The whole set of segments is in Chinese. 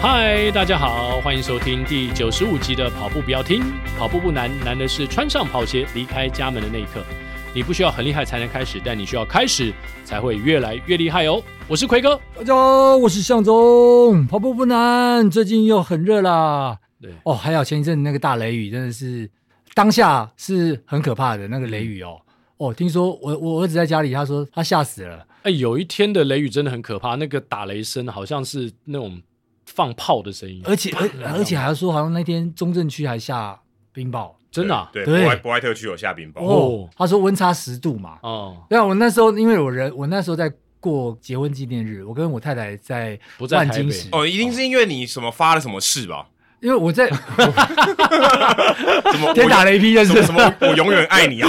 嗨，大家好，欢迎收听第九十五集的《跑步不要听》。跑步不难，难的是穿上跑鞋离开家门的那一刻。你不需要很厉害才能开始，但你需要开始才会越来越厉害哦。我是奎哥，大家好，我是向总。跑步不难，最近又很热啦。对哦，还好前一阵子那个大雷雨真的是，当下是很可怕的那个雷雨哦。哦，听说我我儿子在家里，他说他吓死了。哎，有一天的雷雨真的很可怕，那个打雷声好像是那种放炮的声音，而且而而且还说，好像那天中正区还下冰雹真的啊、对，对博爱博爱特区有下冰雹，哦。他说温差十度嘛。哦，对啊，我那时候因为我人，我那时候在过结婚纪念日，我跟我太太在不在万台金北石，哦，一定是因为你什么发了什么事 吧？因为我在怎么天打雷劈，就我是什么什么我永远爱你啊！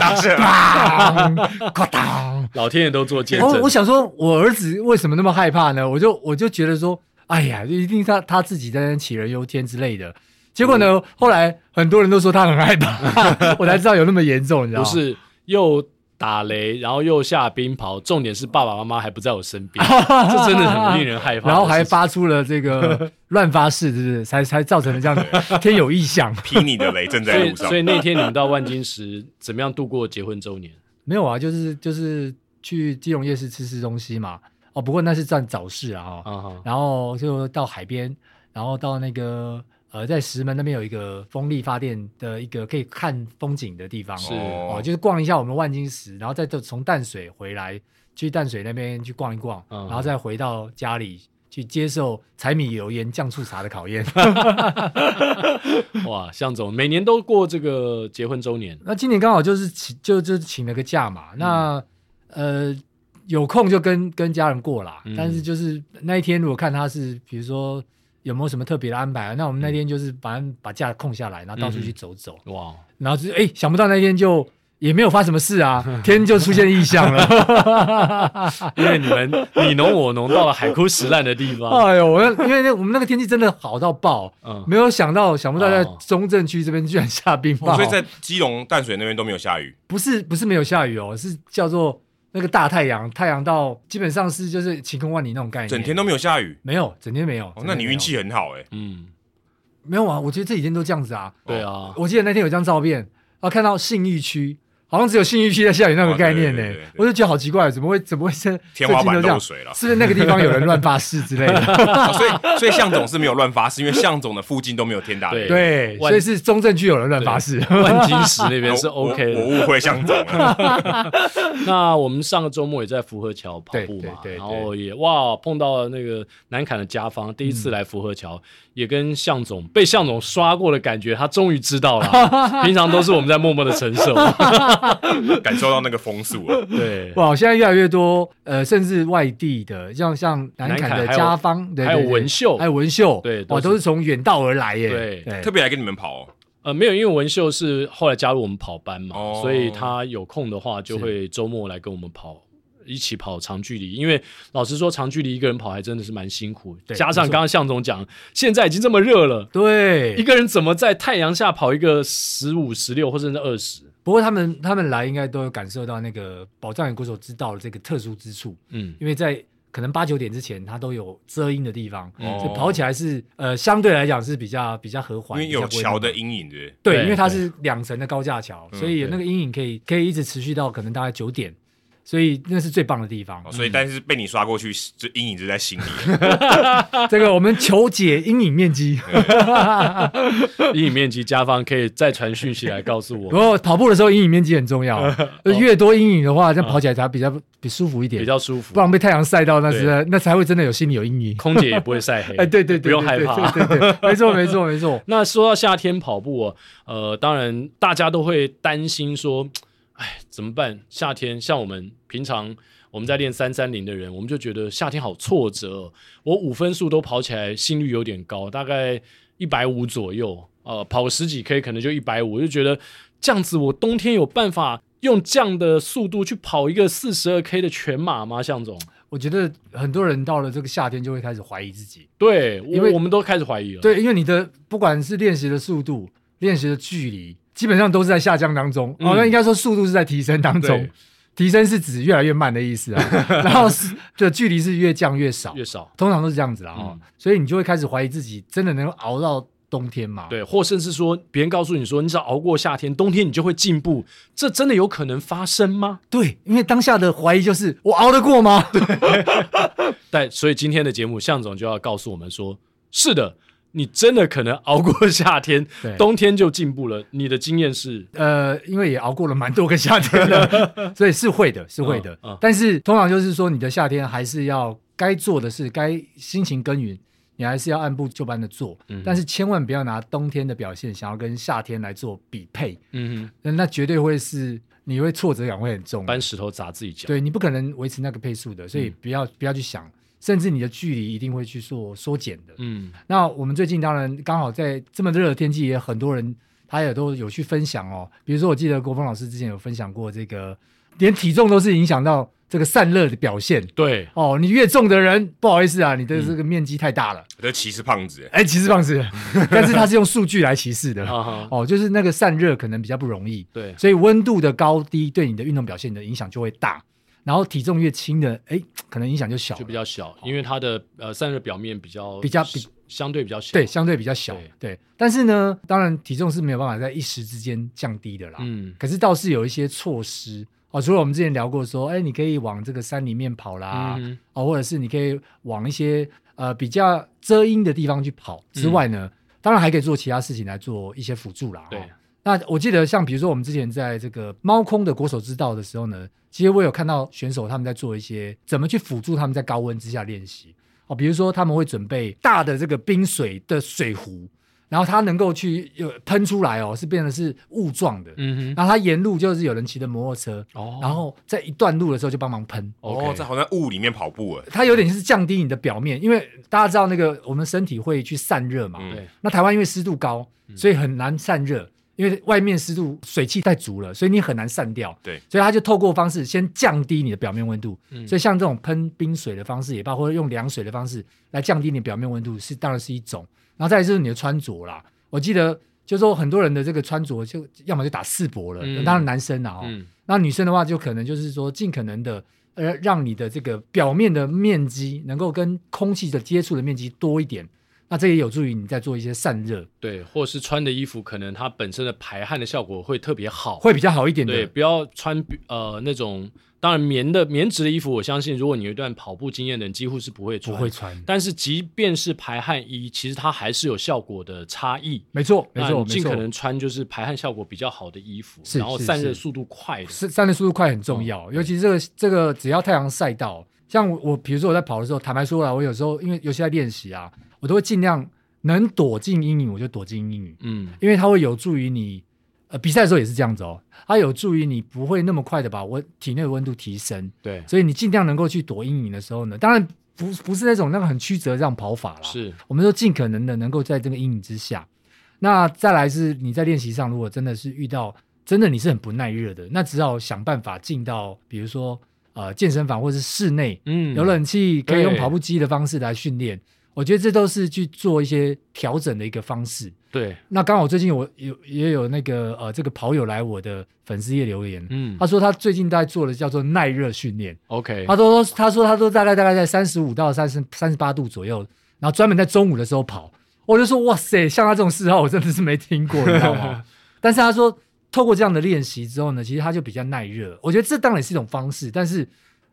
打起 来，当，哐当。老天爷都做 见证。哦，我想说，我儿子为什么那么害怕呢？我就我就觉得说，哎呀，一定他他自己在那边杞人忧天之类的。结果嗯呢，后来很多人都说他很害怕， 我才知道有那么严重，你知道不吗？是又打雷，然后又下冰雹，重点是爸爸妈妈还不在我身 边，这真的很令人害怕。然后还发出了 这个乱发誓，是不是？才才造成了这样的天有异象。 劈你的雷正在所以路上所。以那天你们到万金石怎么样度过结婚周年？没有啊，就是就是去基隆夜市吃吃东西嘛。哦，不过那是算早市啊、哦。啊哈，然后就到海边，然后到那个呃，在石门那边有一个风力发电的一个可以看风景的地方是哦，哦 哦，就是逛一下我们万金石，然后再就从淡水回来，去淡水那边去逛一逛，嗯然后再回到家里去接受柴米油盐酱醋茶的考验。哇，向总每年都过这个结婚周年，那今年刚好就是请就就请了个假嘛，那、呃有空就跟跟家人过啦。嗯但是就是那一天，如果看他是比如说有没有什么特别的安排啊，那我们那天就是把、把假空下来，然后到处去走走，哇，然后就是哎、想不到那天就也没有发什么事啊， 天就出现异象了。因为你们你侬我侬到了海枯石烂的地啊方，哎呦，我那因为那我们那个天气真的好到爆，嗯，没有想到想不到在哦中正区这边居然下冰哦雹，所以在基隆淡水那边都没有下雨，不是不是没有下雨哦，是叫做那个大太阳，太阳到基本上是就是晴空万里那种概念，整天都没有下雨。没有，整天没有。哦整，天那你没有运气很好哎。嗯，没有啊？我觉得这几天都这样子啊。哦对啊，我记得那天有张照片，然后看到信义区，好像只有信义区在下雨那个概念呢、哦对对对对对我就觉得好奇怪，怎么会怎么会是 天花最近板都这漏样？水了，是不是那个地方有人乱发誓之类的？ 哦所以所以向总是没有乱发誓，因为向总的附近都没有天打对雷。对，万所以是中正区有人乱发誓。万金石那边是我我 OK 我的。误会向总了。那我们上个周末也在福和桥跑对步嘛，对对对然后也哇碰到那个南坎的家方，第一次来福和桥，嗯也跟向总被向总刷过的感觉，他终于知道 了，平常都是我们在默默的承受。感受到那个风 速了。对，哇，现在越来越多，呃，甚至外地的，像像南南坎坎的还有家方，对还有对对文秀还有文秀，对哇，都是都是从远道而来耶，对特别来跟你们跑哦，呃，没有，因为文秀是后来加入我们跑班嘛，哦所以他有空的话就会周末来跟我们跑。一起跑长距离，因为老实说，长距离一个人跑还真的是蛮辛苦。对加上没错刚刚向总讲，现在已经这么热了，对一个人怎么在太阳下跑一个十五、十六或甚至二十？不过他们他们来应该都有感受到那个保障员国手之道的这个特殊之处，嗯，因为在可能八九点之前，它都有遮阴的地方，哦所以跑起来是呃相对来讲是比较比较和因缓，为有比较不会那么桥的阴影，对不对对，对嗯因为它是两层的高架桥，所以有那个阴影可以可以一直持续到可能大概九点，所以那是最棒的地方哦。所以但是被你刷过去，就阴影就在心里。 这个我们求解阴影面积。阴影面积加方可以再传讯息来告诉 不我，过跑步的时候阴影面积很重 要，越多阴影的话，这样跑起来才比较比舒服一点比，较舒服不，然被太阳晒到那是那才会真的有心里有阴影。空姐也不会晒黑。哎，对对不对，用害对怕对对对，没错没错没错，那说到夏天跑步哦，呃，当然大家都会担心说，哎，怎么办？夏天像我们平常我们在练三三零的人，我们就觉得夏天好挫折哦、我五分速都跑起来心率有点高，大概一百五左右，呃，跑个十几 K 可能就一百五，我就觉得这样子我冬天有办法。用这样的速度去跑一个四十二 K 的全马吗，向总？我觉得很多人到了这个夏天就会开始怀疑自己，对，因因为我们都开始怀疑了。对，因为你的不管是练习的速度、练习的距离，基本上都是在下降当中，嗯哦，那应该说速度是在提升当中对，提升是指越来越慢的意思啊， 然后是的距离是越降越少，越少。通常都是这样子啦、哦嗯所以你就会开始怀疑自己真的能够熬到冬天吗？，对，或甚至说别人告诉你说，你只要熬过夏天，冬天你就会进步，这真的有可能发生吗？对，因为当下的怀疑就是我熬得 过吗？但所以今天的节目，向总就要告诉我们说，是的，你真的可能熬过 夏天对，冬天就进步了。你的经验是，呃，因为也熬过了蛮多个夏 天了，所以是会的，是会的。嗯嗯但是通常就是说，你的夏天还是要该做的事，该辛勤耕耘，你还是要按部就班的做。嗯但是千万不要拿冬天的表现想要跟夏天来做比配，嗯，那那绝对会是你会挫折感会很重。啊搬石头砸自己脚。对你不可能维持那个配速的，所以嗯不要、不要去想，甚至你的距离一定会去做缩减的。嗯那我们最近当然刚好在这么热的天气，也很多人他也都有去分享哦。比如说，我记得国峰老师之前有分享过这个，连体重都是影响到这个散热的表现 对，哦。你越重的人，不好意思啊，你的这个面积太大了。我觉得歧视胖子，欸哎、歧视胖子， 但是他是用数据来歧视的啊哈，哦，就是那个散热可能比较不容易，对，所以温度的高低对你的运动表现的影响就会大。然后体重越轻的，哎，可能影响就小了，就比较小，因为它的呃散热表面比较比较比相对比较小。对，相对比较小，对对但是呢，当然体重是没有办法在一时之间降低的啦。嗯可是倒是有一些措施哦，除了我们之前聊过说，哎，你可以往这个山里面跑啦，嗯哼哦，或者是你可以往一些呃比较遮阴的地方去跑嗯之外呢，当然还可以做其他事情来做一些辅助啦。对哦那我记得，像比如说我们之前在这个猫空的国手之道的时候呢，其实我有看到选手他们在做一些怎么去辅助他们在高温之下练习哦，比如说他们会准备大的这个冰水的水壶，然后它能够去有喷出来哦，是变得是雾状的，嗯哼，然后它沿路就是有人骑着摩托车，哦啊然后在一段路的时候就帮忙喷。哦， OK 这好像雾里面跑步哎，它有点就是降低你的表面，因为大家知道那个我们身体会去散热嘛。嗯对，那台湾因为湿度高，所以很难散热，因为外面湿度水汽太足了，所以你很难散掉。对所以它就透过方式先降低你的表面温度。嗯所以像这种喷冰水的方式也罢，或者用凉水的方式来降低你表面温度是，当然是一种。然后再来就是你的穿着啦，我记得就是说很多人的这个穿着就要么就打赤膊了，嗯当然男生啦哦，嗯那女生的话，就可能就是说，尽可能的，呃，让你的这个表面的面积能够跟空气的接触的面积多一点，那这也有助于你在做一些散热，对，或是穿的衣服可能它本身的排汗的效果会特别好。会比较好一点对，的。不要穿呃那种，当然棉的棉质的衣服，我相信如果你有一段跑步经验的人，几乎是不会不穿。会穿，但是即便是排汗衣，其实它还是有效果的差异。没错，没那错，你没尽错可。能穿就是排汗效果比较好的衣服，是然后是散热是速度快的。散散热速度快很重嗯要，尤其是这个这个，只要太阳晒到，像我我比如说我在跑的时候，坦白说了，我有时候因为尤其在练习啊，我都会尽量能躲进阴影我就躲进阴影，嗯因为它会有助于你，呃，比赛的时候也是这样子哦，它有助于你不会那么快的把温体内的温度提升，对，所以你尽量能够去躲阴影的时候呢，当然不不是那种那个很曲折这样跑法啦，是我们说尽可能的能够在这个阴影之下。那再来是你在练习上，如果真的是遇到真的你是很不耐热的，那只好想办法进到比如说呃健身房或是室内嗯有冷气，可以用对跑步机的方式来训练。我觉得这都是去做一些调整的一个方式。对，那刚好最近我有也有那个呃这个跑友来我的粉丝页留言，嗯他说他最近在做的叫做耐热训练， ，OK，他都说他说他都大概大概在三十五到三十三十八度左右，然后专门在中午的时候跑。我就说哇塞，像他这种嗜好我真的是没听过，你知道 吗？但是他说透过这样的练习之后呢，其实他就比较耐热。我觉得这当然是一种方式，但是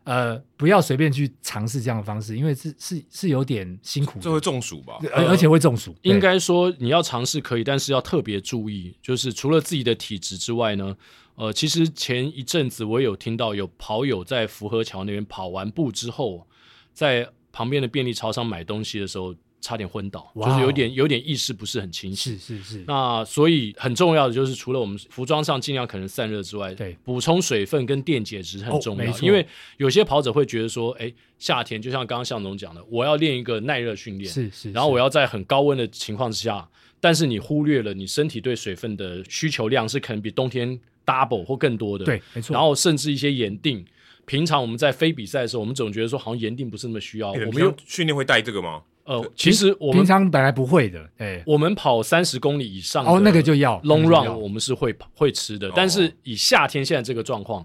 呃，不要随便去尝试这样的方式，因为是是是有点辛苦这会的，中暑吧？而而且会中暑。呃应该说你要尝试可以，但是要特别注意，就是除了自己的体质之外呢，呃，其实前一阵子我有听到有跑友在福和桥那边跑完步之后，在旁边的便利超商买东西的时候差点昏倒，哇哦就是有点有点意识不是很清对晰。是是是，那所以很重要的就是，除了我们服装上尽量可能散热之外，对补充水分跟电解质很重哦没要。错因为有些跑者会觉得说，哎，夏天就像刚刚向总讲的，我要练一个耐热训练，是是，然后我要要在很高温的情况之下，但是你忽略了你身体对水分的需求量是可能比冬天 double 或更多的。对，没错，然后甚至一些盐定，平常我们在非比赛的时候，我们总觉得说好像盐定不是那么需要。欸我你们们又有训练会带这个吗？呃，其实我哎平们常本来不会的，哎，我们跑三十公里以上的哦那个就要哦 long 那个就要 run，我们是会会吃的，但是以夏天现在这个状况。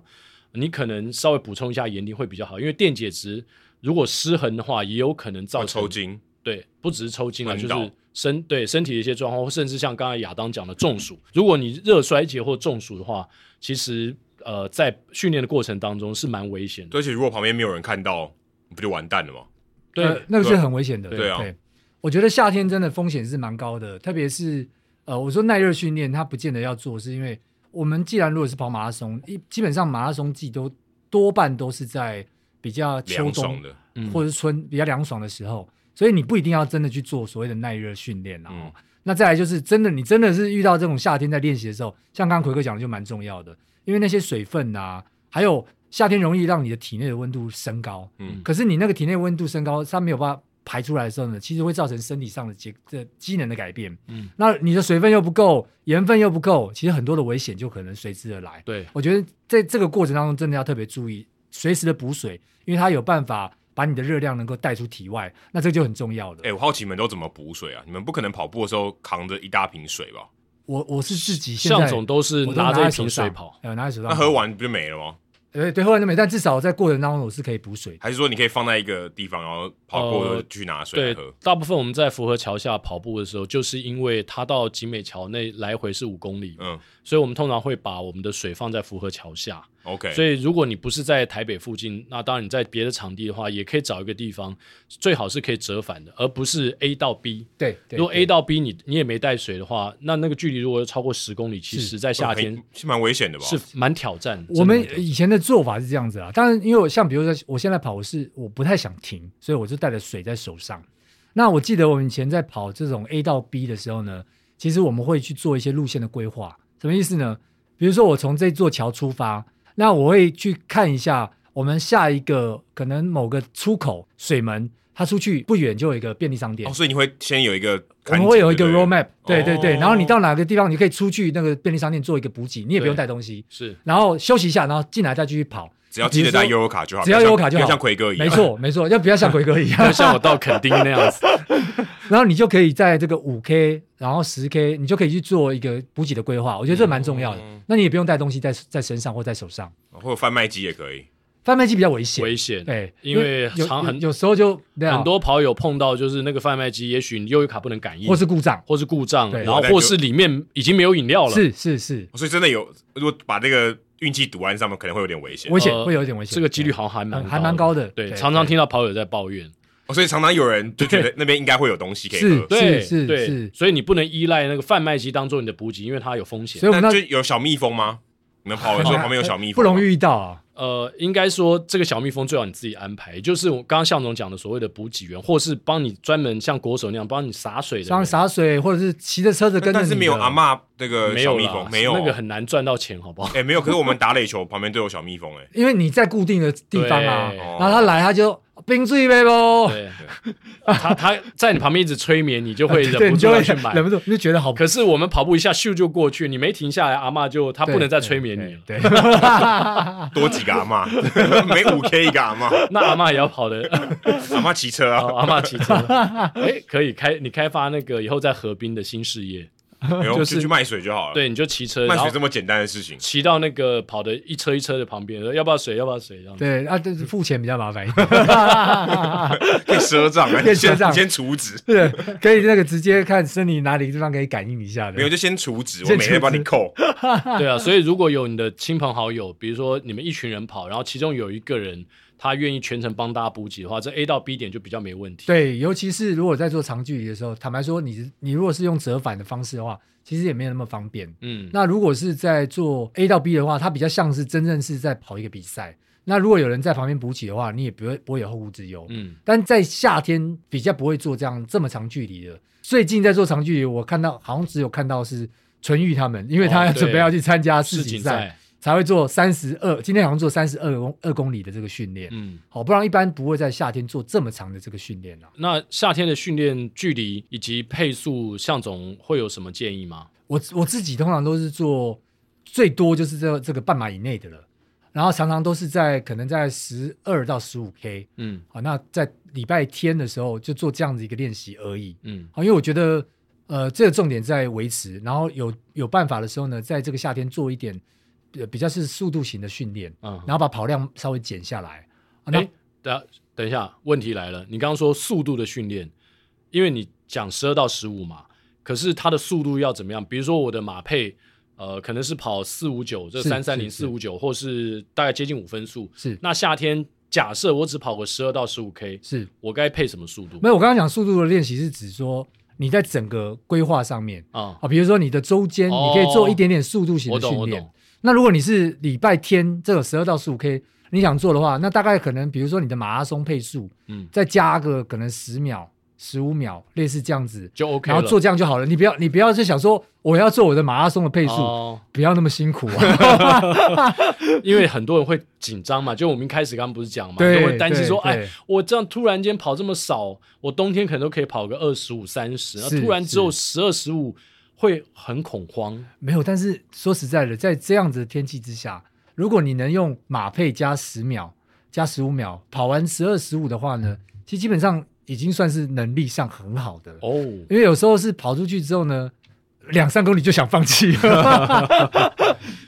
你可能稍微补充一下盐磷会比较好，因为电解质如果失衡的话，也有可能造会成抽筋，对，不只是抽筋啊，昏就倒是身对身体的一些状况，或甚至像刚才亚当讲的中暑。如果你热衰竭或中暑的话，其实呃在训练的过程当中是蛮危险的。对而且如果旁边没有人看到，你不就完蛋了吗？对，呃那个是很危险的。对啊我觉得夏天真的风险是蛮高的，特别是呃，我说耐热训练，它不见得要做，是因为我们既然如果是跑马拉松，一基本上马拉松季都多半都是在比较秋凉爽冬的，嗯或者是春比较凉爽的时候，所以你不一定要真的去做所谓的耐热训练啊。嗯那再来就是真的，你真的是遇到这种夏天在练习的时候，像刚刚奎哥讲的就蛮重要的，因为那些水分啊，还有夏天容易让你的体内的温度升高，嗯可是你那个体内温度升高，它没有办法排出来的时候呢，其实会造成身体上的结这机能的改变。嗯，那你的水分又不够，盐分又不够，其实很多的危险就可能随之而来。对，我觉得在这个过程当中，真的要特别注意，随时的补水，因为它有办法把你的热量能够带出体外，那这个就很重要了。哎、我好奇你们都怎么补水啊？你们不可能跑步的时候扛着一大瓶水吧？我我是自己现在向总都是我都拿着在一手瓶水上跑，哎，我拿在手上那跑。喝完不就没了吗？对对，喝完就没，但至少在过程当中我是可以补水的。还是说你可以放在一个地方，然后跑过呃就去拿水来对喝？，大部分我们在福和桥下跑步的时候，就是因为它到景美桥那来回是五公里嘛，嗯所以我们通常会把我们的水放在福和桥下。 ，OK，所以如果你不是在台北附近，那当然你在别的场地的话，也可以找一个地方，最好是可以折返的，而不是 A 到 B。对，对如果对 A 到 B 你你也没带水的话，那那个距离如果超过十公里，其实在夏天是蛮危险的吧？是蛮挑战。我们呃真的以前的做法是这样子啊，当然，因为我像比如说，我现在跑，我是我不太想停，所以我就带着水在手上。那我记得我们以前在跑这种 A 到 B 的时候呢，其实我们会去做一些路线的规划。什么意思呢？比如说我从这座桥出发，那我会去看一下我们下一个可能某个出口水门，它出去不远就有一个便利商店。哦，所以你会先有一个我看景，们会有一个对不对 road map，对对对，哦然后你到哪个地方，你可以出去那个便利商店做一个补给，你也不用对带东西。是然后休息一下，然后进来再继续跑。只要记得带悠游卡就好，只要不像悠游卡就好不要像奎哥一样，没，错，没错，要不要像鬼哥一要 样？像我到垦丁那样子，然后你就可以在这个五 K，然后十 K，你就可以去做一个补给的规划。我觉得这蛮重要的。嗯那你也不用带东西在在身上或在手上，或者贩卖机也可以。贩卖机比较危险。危险。 对，因为有常很有有时候就啊很，多跑友碰到就是那个贩卖机，也许你悠游卡不能感应，或是故障，或是故障，对然后或是里面已经没有饮料了。是是是，哦所以真的有，如果把这个运气赌在上面，可能会有点危险。危险、呃会有一点危险，这个几率好像还蛮嗯还蛮高的对，对常常对听到跑友在抱怨。哦所以常常有人就觉得那边应该会有东西可以喝，对，是是对是所以你不能依赖那个贩卖机当做你的补给，因为它有风对。险所。以我们那那就有小蜜蜂吗？你们跑的时候旁边有小蜜不蜂吗，容易遇到啊。呃，应该说这个小蜜蜂最好你自己安排，也就是我刚刚向总讲的所谓的补给员，或是帮你专门像国手那样帮你洒水的人，像洒水或者是骑着车子跟着你的，但但是没有阿嬷那个没呃小有蜜啦蜂，没有那个很难赚到钱，好不 好？哎没有。可是我们打垒球旁边都有小蜜蜂哎，因为你在固定的地方啊，对然后他来他就冰醉呗喽，对，他他在你旁边一直催眠，你就会 对忍不你住就会要去买忍。不住你就觉得好可是我们跑步一下咻就过去，你没停下来，阿嬷就她不能再催眠你了。对，对对 多几个阿嬷，每五 K 一个阿嬷，那阿嬷也要跑的， 阿嬷骑车啊，好阿嬷骑车。哎，可以开你开发那个以后在河滨的新事业，然后就是就去卖水就好了。，对，你就骑车，卖然后水这么简单的事情，骑到那个跑的一车一车的旁边，说要不要水，要不要水这样子。对啊，对付钱比较麻烦 一点，可以赊账啊， 可以你先赊账你先储值，对，可以那个直接看身体哪里地方可以感应一下的，没有就先储值，我先每天储帮你值扣。对啊，所以如果有你的亲朋好友，比如说你们一群人跑，然后其中有一个人他愿意全程帮大家补给的话，这 A 到 B 点就比较没问题。对，尤其是如果在做长距离的时候，坦白说你，你如果是用折返的方式的话，其实也没有那么方便。嗯，那如果是在做 A 到 B 的话，它比较像是真正是在跑一个比赛。那如果有人在旁边补给的话，你也不会不会有后顾之忧。嗯，但在夏天比较不会做这样这么长距离的。最近在做长距离，我看到好像只有看到是纯玉他们，因为哦他对准备要去参加世世锦锦赛，，才会做三十二。今天好像做三十二公二公里的这个训练，嗯。好，不然一般不会在夏天做这么长的这个训练啊。那夏天的训练距离以及配速，向总会有什么建议吗？我我自己通常都是做最多就是这这个半马以内的了，然后常常都是在可能在十二到十五 K 嗯好，那在礼拜天的时候就做这样子一个练习而已。嗯好，因为我觉得呃这个重点在维持，然后有有办法的时候呢，在这个夏天做一点呃比较是速度型的训练，嗯，然后把跑量稍微减下来。啊那哎，等等一下，问题来了，你刚刚说速度的训练，因为你讲十二到十五嘛，可是它的速度要怎么样？比如说我的马配，呃，可能是跑四五九，这是三三零是四是五九，或是大概接近五分速。是那夏天假设我只跑个十二到十五 K，是，我该配什么速度没？有，我刚刚讲速度的练习是指说你在整个规划上面啊、啊，比如说你的周间哦你可以做一点点速度型我的懂训我练懂。，那如果你是礼拜天这个十二到十五 K 你想做的话，那大概可能比如说你的马拉松配速嗯，再加个可能十秒、十五秒，类似这样子。就 OK 然后了做这样就好了，你不要你不要就想说我要做我的马拉松的配速，哦不要那么辛苦啊。 因为很多人会紧张嘛，就我们一开始刚刚不是讲嘛，对就会担心说，对哎对，我这样突然间跑这么少，我冬天可能都可以跑个二十五、三十，那是突然只有十二、十五，会很恐慌。没有，但是说实在的，在这样子的天气之下，如果你能用马配加十秒、加十五秒跑完十二十五的话呢，其实基本上已经算是能力上很好的了。哦，因为有时候是跑出去之后呢，两三公里就想放弃 了，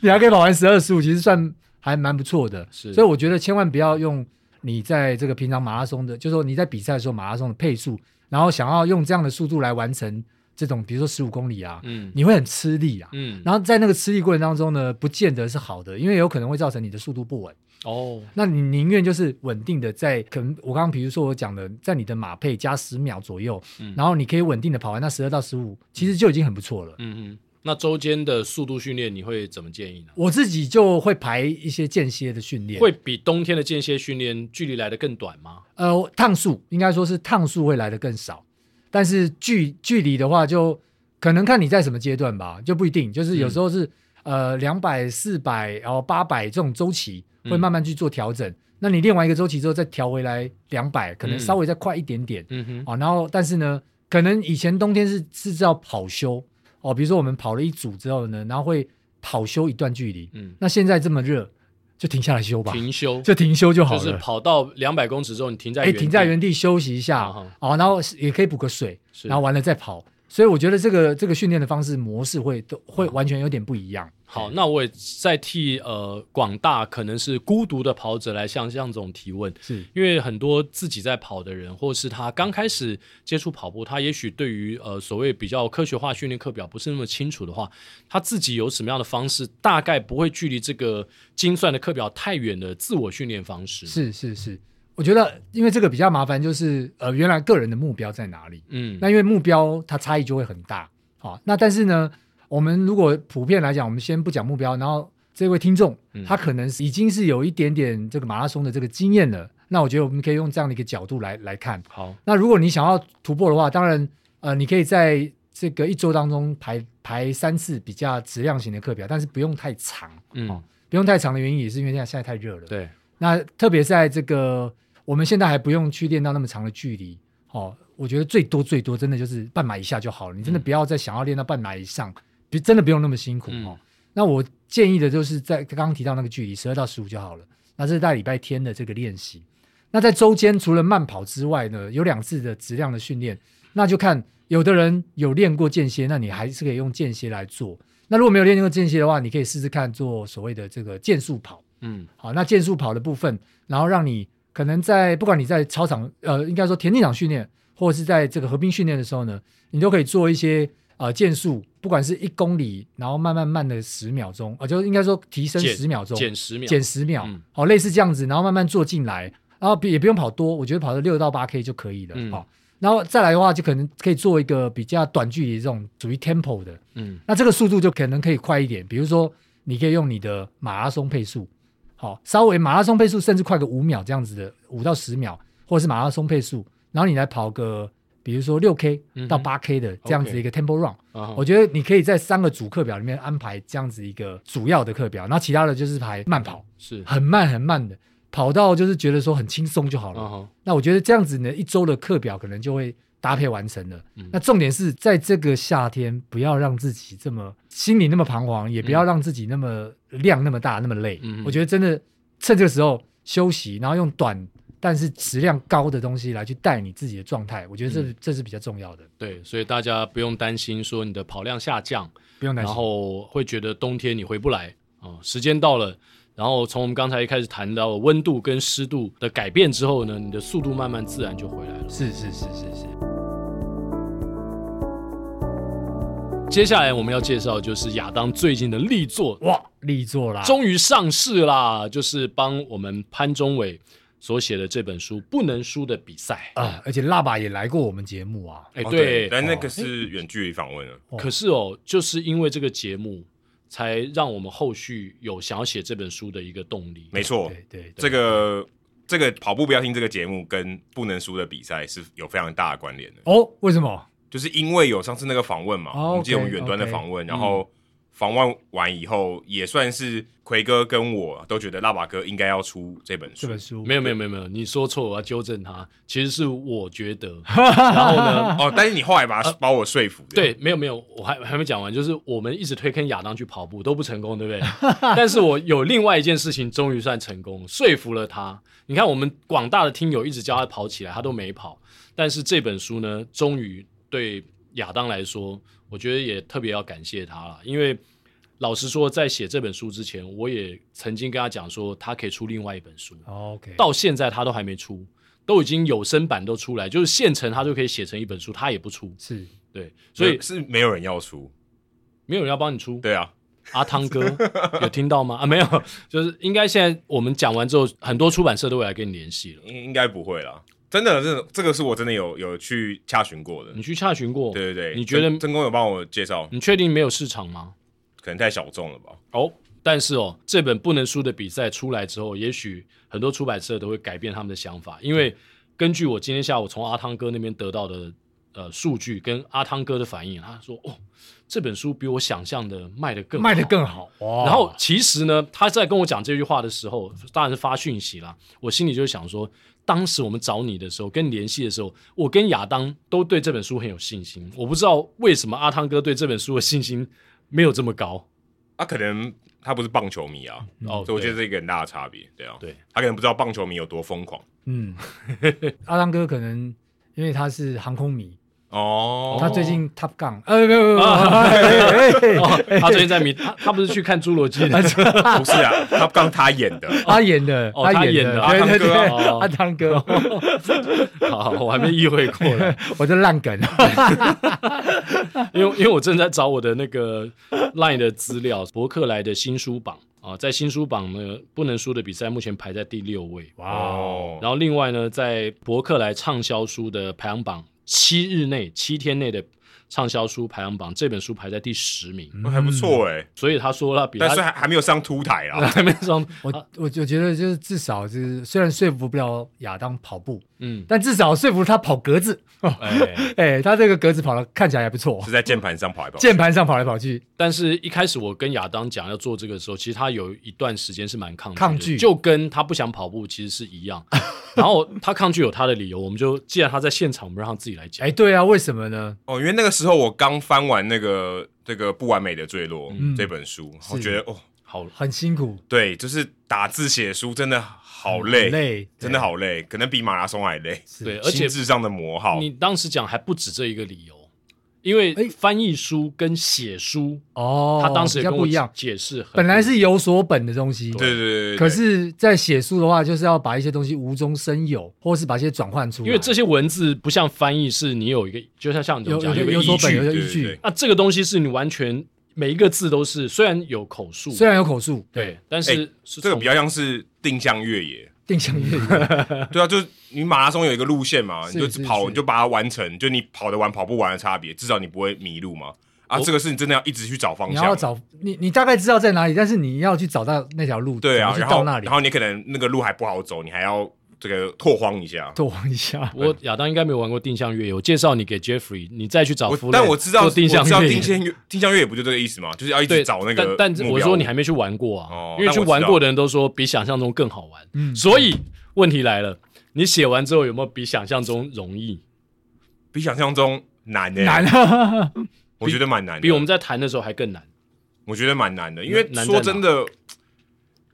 你还可以跑完十二十五，其实算还蛮不错的。是所以我觉得千万不要用你在这个平常马拉松的，就是说你在比赛的时候马拉松的配速，然后想要用这样的速度来完成这种，比如说十五公里啊，嗯你会很吃力啊。嗯，然后在那个吃力过程当中呢，不见得是好的，因为有可能会造成你的速度不稳。哦，那你宁愿就是稳定的在，可能我刚刚比如说我讲的，在你的马配加十秒左右，嗯然后你可以稳定的跑完那十二到十五，其实就已经很不错了。嗯嗯，那周间的速度训练你会怎么建议呢？我自己就会排一些间歇的训练，会比冬天的间歇训练距离来的更短吗？呃趟数，应该说是趟数会来的更少，但是距距离的话就可能看你在什么阶段吧，就不一定，就是嗯有时候是、呃两百、四百，然后八百这种周期嗯会慢慢去做调整。那你练完一个周期之后再调回来两百，可能嗯稍微再快一点点。嗯哼，哦，然后但是呢，可能以前冬天是是叫跑休哦，比如说我们跑了一组之后呢，然后会跑休一段距离。嗯，那现在这么热，就停下来休吧，停休就停休就好就了。是跑到两百公尺之后，你停在哎，原地停在原地休息一下嗯哼，哦，然后也可以补个水，是然后完了再跑。所以我觉得这个这个训练的方式模式会都会完全有点不一样。好，那我也再替呃广大可能是孤独的跑者来向向总提问，是因为很多自己在跑的人，或是他刚开始接触跑步，他也许对于呃所谓比较科学化训练课表不是那么清楚的话，他自己有什么样的方式，大概不会距离这个精算的课表太远的自我训练方式。，是是是，我觉得因为这个比较麻烦，就是呃，原来个人的目标在哪里？嗯，那因为目标它差异就会很大。好、那但是呢，我们如果普遍来讲，我们先不讲目标，然后这位听众嗯他可能是已经是有一点点这个马拉松的这个经验了，那我觉得我们可以用这样的一个角度来来看。好，那如果你想要突破的话，当然呃，你可以在这个一周当中排排三次比较质量型的课表，但是不用太长，嗯，不用太长的原因也是因为现在现在太热了。对，那特别在这个我们现在还不用去练到那么长的距离，哦，我觉得最多最多真的就是半马以下就好了。你真的嗯不要再想要练到半马以上，比真的不用那么辛苦嗯哦。那我建议的就是在刚刚提到那个距离，十二到十五就好了。那这是在礼拜天的这个练习。那在周间除了慢跑之外呢，有两次的质量的训练，那就看有的人有练过间歇，那你还是可以用间歇来做。那如果没有练过间歇的话，你可以试试看做所谓的这个间速跑。嗯好，那剑术跑的部分，然后让你可能在不管你在操场，呃，应该说田径场训练，或者是在这个合并训练的时候呢，你都可以做一些呃剑术，不管是一公里，然后慢慢慢的十秒钟，呃，就应该说提升减十秒钟，减十秒，减十秒嗯，好、类似这样子，然后慢慢做进来，然后比也不用跑多，我觉得跑到六到八 K 就可以了，好、嗯然后再来的话，就可能可以做一个比较短距离这种属于 tempo 的，嗯那这个速度就可能可以快一点，比如说你可以用你的马拉松配速，好，稍微马拉松配速甚至快个五秒这样子的，五到十秒，或者是马拉松配速，然后你来跑个比如说六 K 嗯哼到八 K 的这样子一个 tempo run，、啊哈我觉得你可以在三个主课表里面安排这样子一个主要的课表，然后其他的就是排慢跑，是，很慢很慢的跑到就是觉得说很轻松就好了。啊哈那我觉得这样子呢，一周的课表可能就会搭配完成了。嗯那重点是在这个夏天，不要让自己这么心里那么彷徨，也不要让自己那么量那么大、那么累。嗯嗯我觉得真的趁这个时候休息，然后用短但是质量高的东西来去带你自己的状态，我觉得这、这是比较重要的，对，所以大家不用担心说你的跑量下降。不用担然心。后会觉得冬天你回不来哦，时间到了。然后从我们刚才一开始谈到的温度跟湿度的改变之后呢，你的速度慢慢自然就回来了。是是是是是，接下来我们要介绍就是亚当最近的力作，哇，力作啦，终于上市啦，就是帮我们潘中伟所写的这本书《不能输的比赛》。啊，而且辣爸也来过我们节目啊，哎，哦对，但那个是远距离访问啊了。可是哦，就是因为这个节目，才让我们后续有想要写这本书的一个动力。没错，对对对，这个这个跑步不要听这个节目跟不能输的比赛是有非常大的关联的，哦，为什么？就是因为有上次那个访问嘛，哦我们记得我们 OK，远端的 OK 访问，然后访问完以后，也算是奎哥跟我都觉得辣爸哥应该要出这本这书本。书没有没有没有没有，你说错，我要纠正他。其实是我觉得，然后呢，哦，但是你后来把他把我说服， 对，，没有没有，我还还没讲完，就是我们一直推坑亚当去跑步都不成功，对不对？但是我有另外一件事情终于算成功，说服了他。你看，我们广大的听友一直叫他跑起来，他都没跑。但是这本书呢，终于对亚当来说，我觉得也特别要感谢他了，因为老实说，在写这本书之前，我也曾经跟他讲说，他可以出另外一本书。哦，OK，到现在他都还没出，都已经有声版都出来，就是现成他就可以写成一本书，他也不出。是对，所所以以是没有人要出，没有人要帮你出。对啊，阿汤哥有听到吗？啊，没有，就是应该现在我们讲完之后，很多出版社都会来跟你联系了。应应该不会啦，真的，真的，这个是我真的有有去洽询过的你，去查询过，对对对，嗯你觉得真真公有帮我介绍，你确定没有市场吗？可能太小众了吧？哦，但是哦，这本不能输的比赛出来之后，也许很多出版社都会改变他们的想法，因为根据我今天下午从阿汤哥那边得到的呃数据跟阿汤哥的反应，他说哦，这本书比我想象的卖的更好卖得。更哦好哇，然后其实呢，他在跟我讲这句话的时候，当然是发讯息啦。我心里就想说，当时我们找你的时候，跟你联系的时候，我跟亚当都对这本书很有信心。我不知道为什么阿汤哥对这本书的信心没有这么高。啊，可能他不是棒球迷啊，哦，所以我觉对得这个很大的差别，对啊，对，他可能不知道棒球迷有多疯狂嗯， 阿汤哥可能因为他是航空迷，哦他最近 Top Gun，呃，没有没有没有哎，哎哎哦， 他最近在迷，他他不是去看《侏罗纪》的？ 不是啊，他刚他演的，他演的，哦他演的的，阿对汤对哥对，哦阿汤哥，好，我还没意会过 来，我这烂梗，因为因为我正在找我的那个 LINE 的资料，博客来的新书榜啊，在新书榜呢，不能输的比赛目前排在第六位。哦，然后另外呢，在博客来畅销书的排行榜，七日内、七天内的畅销书排行榜，这本书排在第十名。那还不错哎、所以他说了，比但是他还还没有上凸台 啦。还没上，我我我觉得就是至少就是虽然说服不了亚当跑步，嗯，但至少说服他跑格子， 哎，哎，他这个格子跑的看起来还不错是，在键盘上跑来跑去，键盘上跑来跑去，但是一开始我跟亚当讲要做这个的时候，其实他有一段时间是蛮抗拒的，抗拒就跟他不想跑步其实是一 样。然后他抗拒有他的理由，我们就既然他在现场，我们让他自己来讲。哎，对啊，为什么呢？哦，因为那个时候我刚翻完那个这个《不完美的坠落》这本书，我觉得哦，好，很辛苦，对，就是打字写书真的好累，嗯很累，真的对，好累，可能比马拉松还累，对，而且心智上的磨耗。你当时讲还不止这一个理由，因为哎翻译书跟写书，哦，他当时比也较跟不我一样，解释很，本来是有所本的东西，对对对对对，可是，在写书的话，就是要把一些东西无中生有，或是把一些转换出来。因为这些文字不像翻译，是你有一个，就像像你有讲有一个有所依本，据。有对依对对据，那这个东西是你完全每一个字都是，虽然有口述，虽然有口述，对，但是哎是这个从比较像是定向越野，定向 越野，对啊，就是你马拉松有一个路线嘛，是你是就跑，是你就把它完成，就你跑得完跑不完的差别，至少你不会迷路嘛。啊，我这个是你真的要一直去找方你向，要找你，你大概知道在哪里，但是你要去找到那条路，对啊，怎么然去到后那里然，后你可能那个路还不好走，你还要这个拓荒一下。拓荒一 下。我亚当应该没有玩过定向越野，我介绍你给 Jeffrey，你再去找我弗雷但我知道，做定向我知道越定野。向越定向越野不就这个意思嘛，就是要一直对，找那个但但目标我说你还没去玩过啊，哦因为去玩那我过的人都说比想象中更好玩。嗯所以问题来了，你写完之后有没有比想象中容易？比想象中难呢、欸难啊！ 我觉得蛮难的，比我们在谈的时候还更难。我觉得蛮难的，因为难在说真的，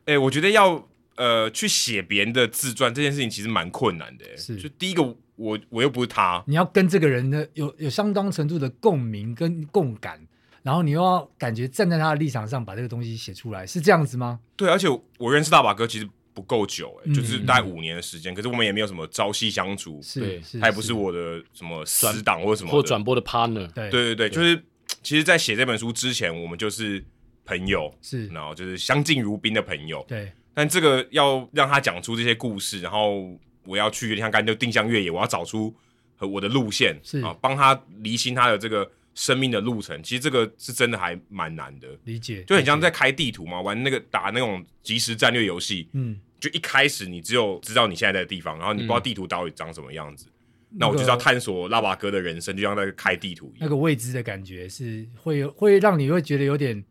哎、我觉得要呃去写别人的自传这件事情其实蛮困难的、欸。是就第一个我我又不是他，你要跟这个人呢有有相当程度的共鸣跟共感，然后你又要感觉站在他的立场上把这个东西写出来，是这样子吗？对，而且我认识大把哥其实不够久、欸，嗯就是大概五年的时间，可是我们也没有什么朝夕相处，对是，是他也不是，我的什么死党或什么的或转播的 partner，对对对对，就是其实，在写这本书之前，我们就是朋友，是，然后就是相敬如宾的朋友。对，但这个要让他讲出这些故事，然后我要去有点像刚才就定向越野，我要找出和我的路线，是啊，帮他厘清他的这个生命的路程。其实这个是真的还蛮难的，理解，就很像理解在开地图嘛，玩那个打那种即时战略游戏，嗯，就一开始你只有知道你现在在的地方，然后你不知道地图到底长什么样子。那我那就个是要探索拉瓦哥的人生，就像在开地图一那样。个未知的感觉是会会让你会觉得有点，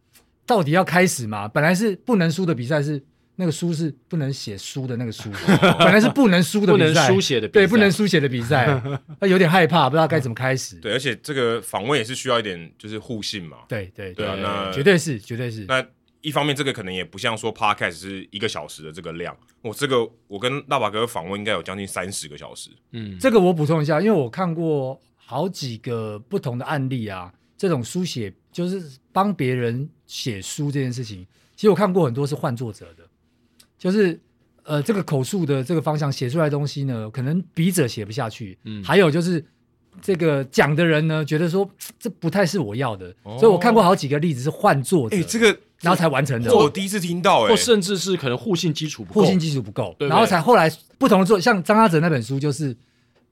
到底要开始吗？本来是不能输的比赛是。那个输是不能写输的那个 输，本来是不能输的不比能赛，书写的比对，赛不能书写的比赛， 他有点害怕，不知道该怎么开始。对，而且这个访问也是需要一点就是互信嘛。对对对啊，对那绝对是，绝对是。那一方面，这个可能也不像说 podcast 是一个小时的这个量，我这个我跟大把哥访问应该有将近三十个小时，嗯，这个我补充一下，因为我看过好几个不同的案例啊，这种书写就是帮别人写书这件事情，其实我看过很多是换作者的，就是呃这个口述的这个方向写出来的东西呢，可能笔者写不下去，嗯还有就是。这个讲的人呢，觉得说嘖这不太是我要的，所以我看过好几个例子是换作者，哎、这个然后才完成的。哦我第一次听到、或哎，甚至是可能互信基础不够，互信基础不够，对不对然后才后来不同的作，像张阿哲那本书就是，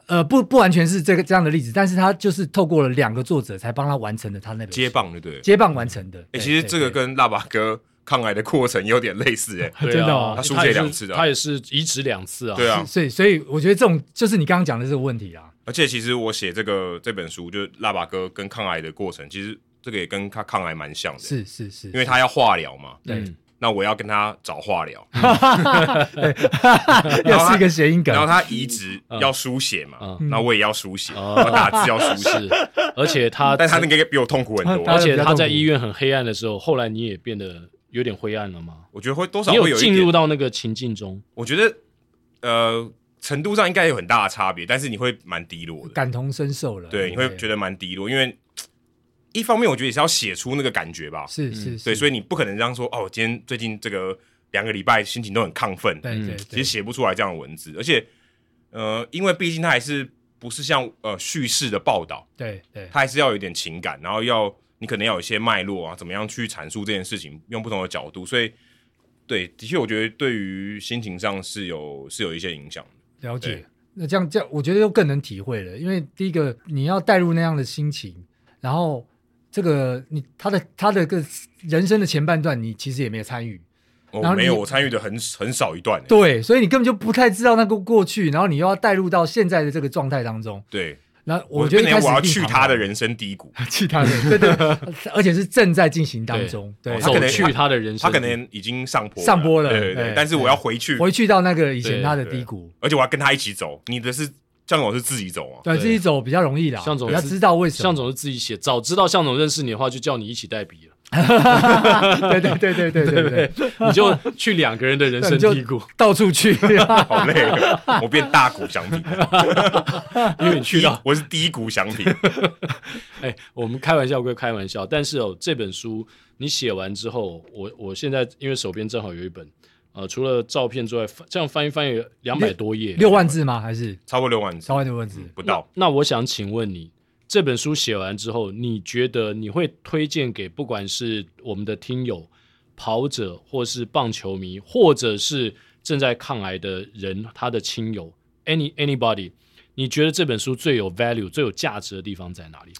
呃，不不完全是这个这样的例子，但是他就是透过了两个作者才帮他完成了他那本书接棒，对不对？接棒完成的。哎、对其实这个对跟大把哥抗癌的过程有点类似、 哎，对对啊真的哦他，输他血也是两次的啊他也是移植两次啊，对啊，所以所以我觉得这种就是你刚刚讲的这个问题啊，而且其实我写这个这本书，就是拉把哥跟抗癌的过程，其实这个也跟他抗癌蛮像的，是是是，因为他要化疗嘛，对 嗯那我要跟他找化疗，又是一个谐音梗然，后他移植嗯要书写嘛，嗯那我也要书写，哦然后打字要 书写， 是，而且他，但他那个比我痛苦很他而多，且他在比较痛苦医院很黑暗的时候，后来你也变得有点灰暗了吗？我觉得会多少你会有一进点入到那个情境中，我觉得呃程度上应该有很大的差别，但是你会蛮低落的，感同身受了。对，你会得觉得蛮低落，因为嘖一方面我觉得也是要写出那个感觉吧，是是，嗯对，所以以你不可能这样说哦，我今天最近这个两个礼拜心情都很亢奋，对对，其对实写不出来这样的文字，而且呃，因为毕竟它还是不是像呃叙事的报道，对对它还是要有一点情感，然后要你可能要有一些脉络啊，怎么样去阐述这件事情，用不同的角度，所以。对，的确，我觉得对于心情上是有是有一些影响的。了解对。那这样这样，我觉得又更能体会了，因为第一个你要带入那样的心情，然后这个你他的他的个人生的前半段，你其实也没有参与，我、然后你没有，我参与的很很少一段、欸。对，所以你根本就不太知道那个过去，然后你又要带入到现在的这个状态当中。对，那我觉得一变开成始我要一定去彷他的徨，人生低谷， 去他的，对对， 而且是正在进行当中，对，他走可能去他的人生，他可能已经上坡了，上坡了对对对对但是我要回去，回去到那个以前对他的对低谷，而且我要跟他一起走。你的是向总是自己走啊？ 对对自己走比较容易啦，向总比较是知道为什么向，总是自己写，早知道向总认识你的话，就叫你一起代笔了，对对对对对对对，你就去两个人的人 生低谷，到处去，好累哦，我变大谷祥 平， 因为你去到我是低谷祥平。哎，我们开玩笑归开玩笑，但是哦，这本书你写完之后，我我现在因为手边正好有一本，呃，除了照片之外，翻这样翻一翻也两百多页，六万字吗？还是超过六万字稍微的文字？不到，那我想请问你，这本书写完之后，你觉得你会推荐给不管是我们的听友、跑者，或是棒球迷，或者是正在抗癌的人，他的亲友，any anybody，你觉得这本书最有 value、最有价值的地方在哪里？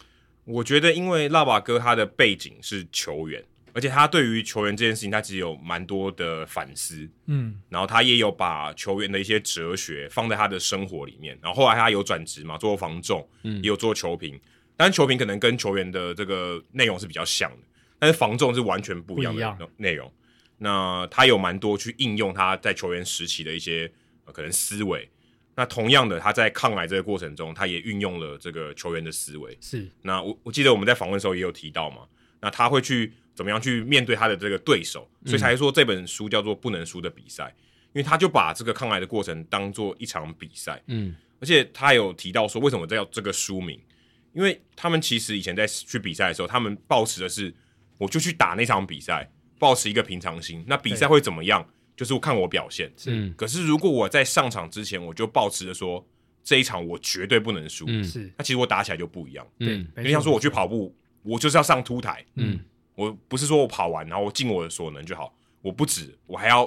我觉得因为拉瓦哥他的背景是球员，而且他对于球员这件事情，他其实有蛮多的反思。嗯，然后他也有把球员的一些哲学放在他的生活里面。然后后来他有转职嘛，做防重，嗯也有做球评。但球评可能跟球员的这个内容是比较像的，但是防重是完全不一样不一样的内容。那他有蛮多去应用他在球员时期的一些、呃可能思维。那同样的，他在抗癌这个过程中，他也运用了这个球员的思维。是那我我记得我们在访问的时候也有提到嘛，那他会去怎么样去面对他的这个对手，所以才说这本书叫做《不能输的比赛》，因为他就把这个抗癌的过程当做一场比赛，嗯而且他有提到说为什么叫这个书名，因为他们其实以前在去比赛的时候，他们抱持的是我就去打那场比赛，抱持一个平常心。那比赛会怎么样，就是看我表现。嗯可是如果我在上场之前，我就抱持着说这一场我绝对不能输，嗯是，那其实我打起来就不一样。对嗯，没就像错说我去跑步，我就是要上凸台，嗯我不是说我跑完然后我尽我的所能就好，我不止，我还要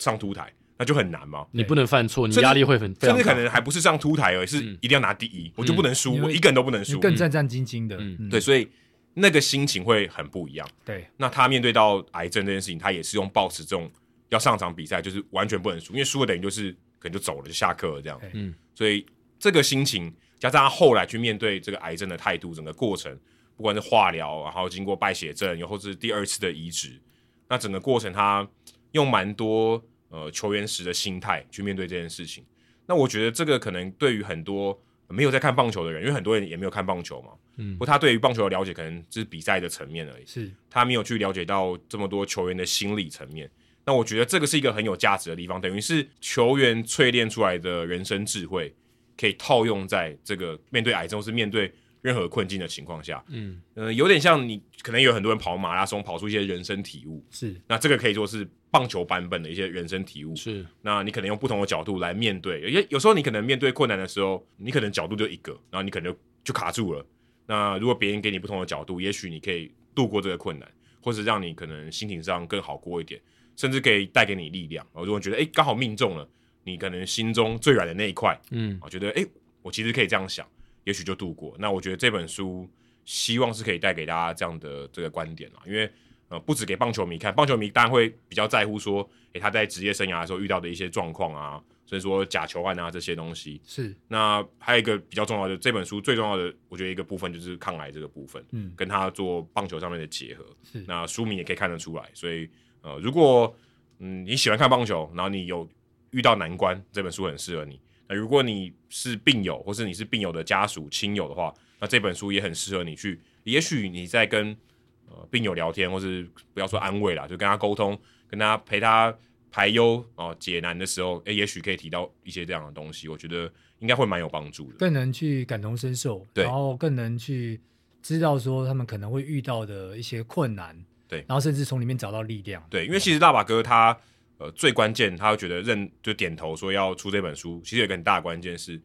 上凸台，那就很难嘛。嗯你不能犯错，你甚至压力会很非甚常至可大。能还不是上凸台而已，是嗯一定要拿第一，我就不能输，嗯我一个人都不能你输。更战战兢兢的，嗯嗯，对，所以那个心情会很不一样。对，那他面对到癌症这件事情，他也是用抱持这种要上场比赛，就是完全不能输，因为输了等于就是可能就走了，就下课了这样对。嗯，所以这个心情加上他后来去面对这个癌症的态度，整个过程，不管是化疗，然后经过败血症，又或是第二次的移植，那整个过程他用蛮多呃球员时的心态去面对这件事情。那我觉得这个可能对于很多没有在看棒球的人，因为很多人也没有看棒球嘛，嗯不过他对于棒球的了解可能只是比赛的层面而已。是他没有去了解到这么多球员的心理层面。那我觉得这个是一个很有价值的地方，等于是球员淬炼出来的人生智慧，可以套用在这个面对癌症或是面对任何困境的情况下。嗯嗯、有点像你可能有很多人跑马拉松，跑出一些人生体悟。是，那这个可以说是棒球版本的一些人生体悟。是那你可能用不同的角度来面对，有些有时候你可能面对困难的时候，你可能角度就一个，然后你可能就就卡住了。那如果别人给你不同的角度，也许你可以度过这个困难，或者让你可能心情上更好过一点，甚至可以带给你力量。然后如果你觉得诶刚好命中了，你可能心中最软的那一块，嗯啊，觉得诶我其实可以这样想，也许就度过。那我觉得这本书希望是可以带给大家这样的这个观点啦，因为呃，不止给棒球迷看，棒球迷当然会比较在乎说，诶、他在职业生涯的时候遇到的一些状况啊，所以说假球案啊这些东西。是，那还有一个比较重要的，这本书最重要的，我觉得一个部分就是抗癌这个部分，嗯，跟他做棒球上面的结合。是那书名也可以看得出来，所以呃，如果嗯你喜欢看棒球，然后你有遇到难关，这本书很适合你。那如果你是病友，或是你是病友的家属、亲友的话，那这本书也很适合你去。也许你在跟呃病友聊天，或是不要说安慰啦，就跟他沟通，跟他陪他排忧哦、解难的时候，诶，也许可以提到一些这样的东西，我觉得应该会蛮有帮助的。更能去感同身受，对然后更能去知道说他们可能会遇到的一些困难，对然后甚至从里面找到力量，对，因为其实大把哥他呃最关键，他会觉得认就点头说要出这本书，其实有一个很大的关键是，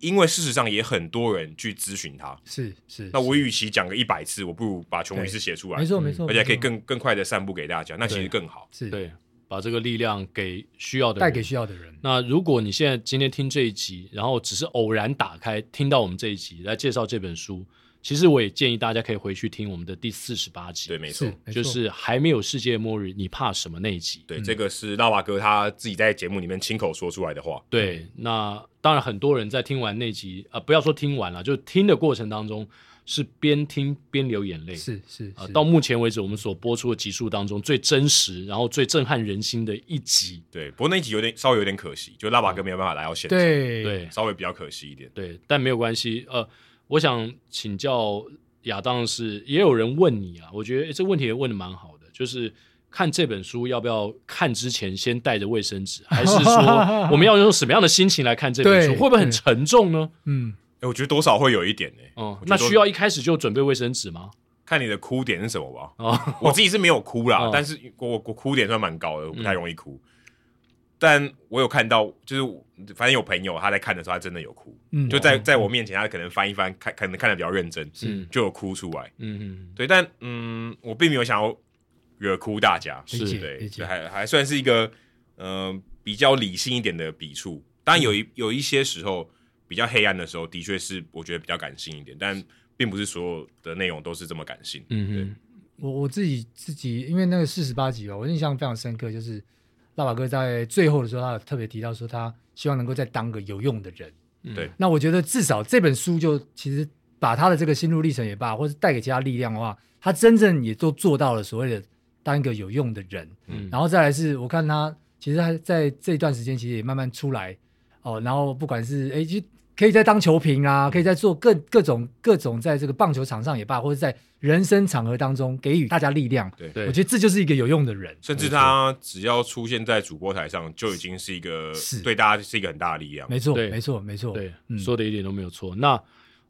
因为事实上也很多人去咨询他。是是，那我与其讲个一百次，我不如把穷语是写出来没，错嗯没错，而且还可以没错更更快的散布给大家，那其对实更好。是对，把这个力量给需要的带人给需要的人，那如果你现在今天听这一集，然后只是偶然打开听到我们这一集来介绍这本书，其实我也建议大家可以回去听我们的第四十八集，对，没是，错没错就是还没有世界末日，你怕什么那一集？对，嗯这个是大把哥他自己在节目里面亲口说出来的话。对，那当然很多人在听完那集啊、呃不要说听完了，就听的过程当中是边听边流眼泪，是是啊、呃是到目前为止我们所播出的集数当中最真实，然后最震撼人心的一集，对，不过那一集有点稍微有点可惜，就大把哥没有办法来到现场，嗯对对稍微比较可惜一点。对，但没有关系。呃，我想请教亚当的是，也有人问你啊，我觉得诶这问题也问的蛮好的，就是看这本书要不要看之前先带着卫生纸，还是 说我们要用什么样的心情来看这本书？对会不会很对沉重呢？嗯哎，我觉得多少会有一点呢、哦、我觉那得需要一开始就准备卫生纸吗？看你的哭点是什么吧。哦，我自己是没有哭啦，哦但是我我我哭点算蛮高的，我不太嗯容易哭。但我有看到，就是反正有朋友他在看的时候，他真的有哭，嗯，就在在我面前，他可能翻一翻，看可能看的比较认真，是就有哭出来。嗯嗯，对，但嗯，我并没有想要惹哭大家，是理解对，理解这还还算是一个呃比较理性一点的笔触。当然有嗯一有一些时候比较黑暗的时候，的确是我觉得比较感性一点，但并不是所有的内容都是这么感性。嗯我我自己自己，因为那个四十八集吧，我印象非常深刻，就是辣爸哥在最后的时候，他有特别提到说，他希望能够再当个有用的人。嗯对那我觉得至少这本书就其实把他的这个心路历程也罢，或是带给其他力量的话，他真正也都做到了所谓的当一个有用的人。嗯然后再来是我看他其实他在这段时间其实也慢慢出来哦，然后不管是哎，就可以在当球评啊，可以在做各各种各种在这个棒球场上也罢，或者在人生场合当中给予大家力量。对对我觉得这就是一个有用的人。甚至他只要出现在主播台上，就已经是一个是对大家是一个很大的力量。没错，对没错，没错。对，嗯说的一点都没有错。那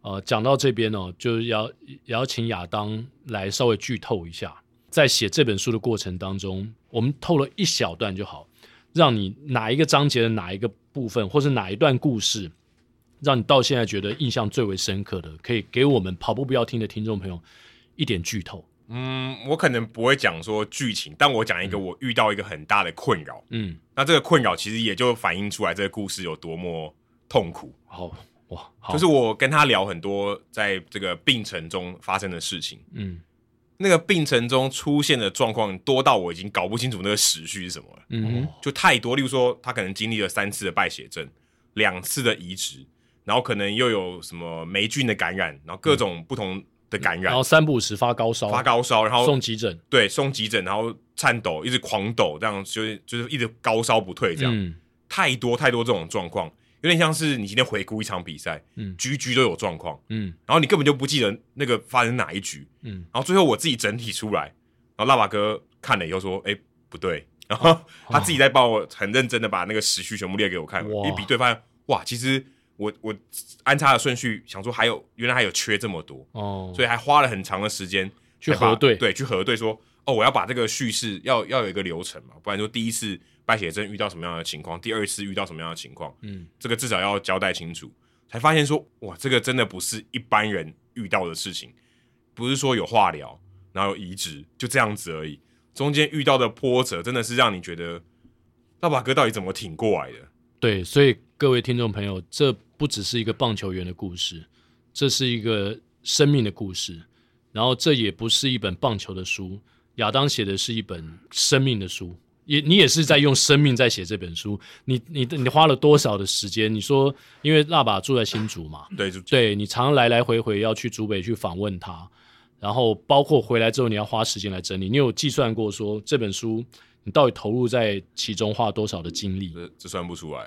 呃，讲到这边哦，就是要也要请亚当来稍微剧透一下，在写这本书的过程当中，我们透了一小段就好，让你哪一个章节的哪一个部分，或是哪一段故事，让你到现在觉得印象最为深刻的，可以给我们跑步不要听的听众朋友一点剧透。嗯，我可能不会讲说剧情，但我讲一个我遇到一个很大的困扰。嗯，那这个困扰其实也就反映出来这个故事有多么痛苦。好哇，好，就是我跟他聊很多在这个病程中发生的事情，嗯那个病程中出现的状况多到我已经搞不清楚那个时序是什么了，哦嗯就太多。例如说，他可能经历了三次的败血症，两次的移植，然后可能又有什么霉菌的感染，然后各种不同的感然染，后三不五时嗯发高烧，发高烧，然后送急诊，对送急诊，然后颤抖，一直狂抖，这样就是就是一直高烧不退，这样、嗯太多太多这种状况，有点像是你今天回顾一场比赛，嗯局局都有状况，嗯然后你根本就不记得那个发生哪一局，嗯，然后最后我自己整体出来，然后辣爸哥看了以后说：“哎、不对。” 然后他自己再帮我很认真的把那个时序全部列给我看，哇一比对发现，哇，其实我我安插的顺序，想说还有原来还有缺这么多，哦，所以还花了很长的时间去才把核对对，去核对说，哦，我要把这个叙事要要有一个流程嘛，不然就第一次败血症遇到什么样的情况，第二次遇到什么样的情况，嗯这个至少要交代清楚。才发现说，哇，这个真的不是一般人遇到的事情，不是说有化疗，然后有移植，就这样子而已。中间遇到的波折，真的是让你觉得，大把哥到底怎么挺过来的？对，所以各位听众朋友，这不只是一个棒球员的故事，这是一个生命的故事。然后这也不是一本棒球的书，亚当写的是一本生命的书。也你也是在用生命在写这本书，你你你花了多少的时间？你说，因为辣爸住在新竹嘛，对，就对你常来来回回要去竹北去访问他，然后包括回来之后你要花时间来整理。你有计算过说这本书你到底投入在其中花多少的精力？这这算不出来。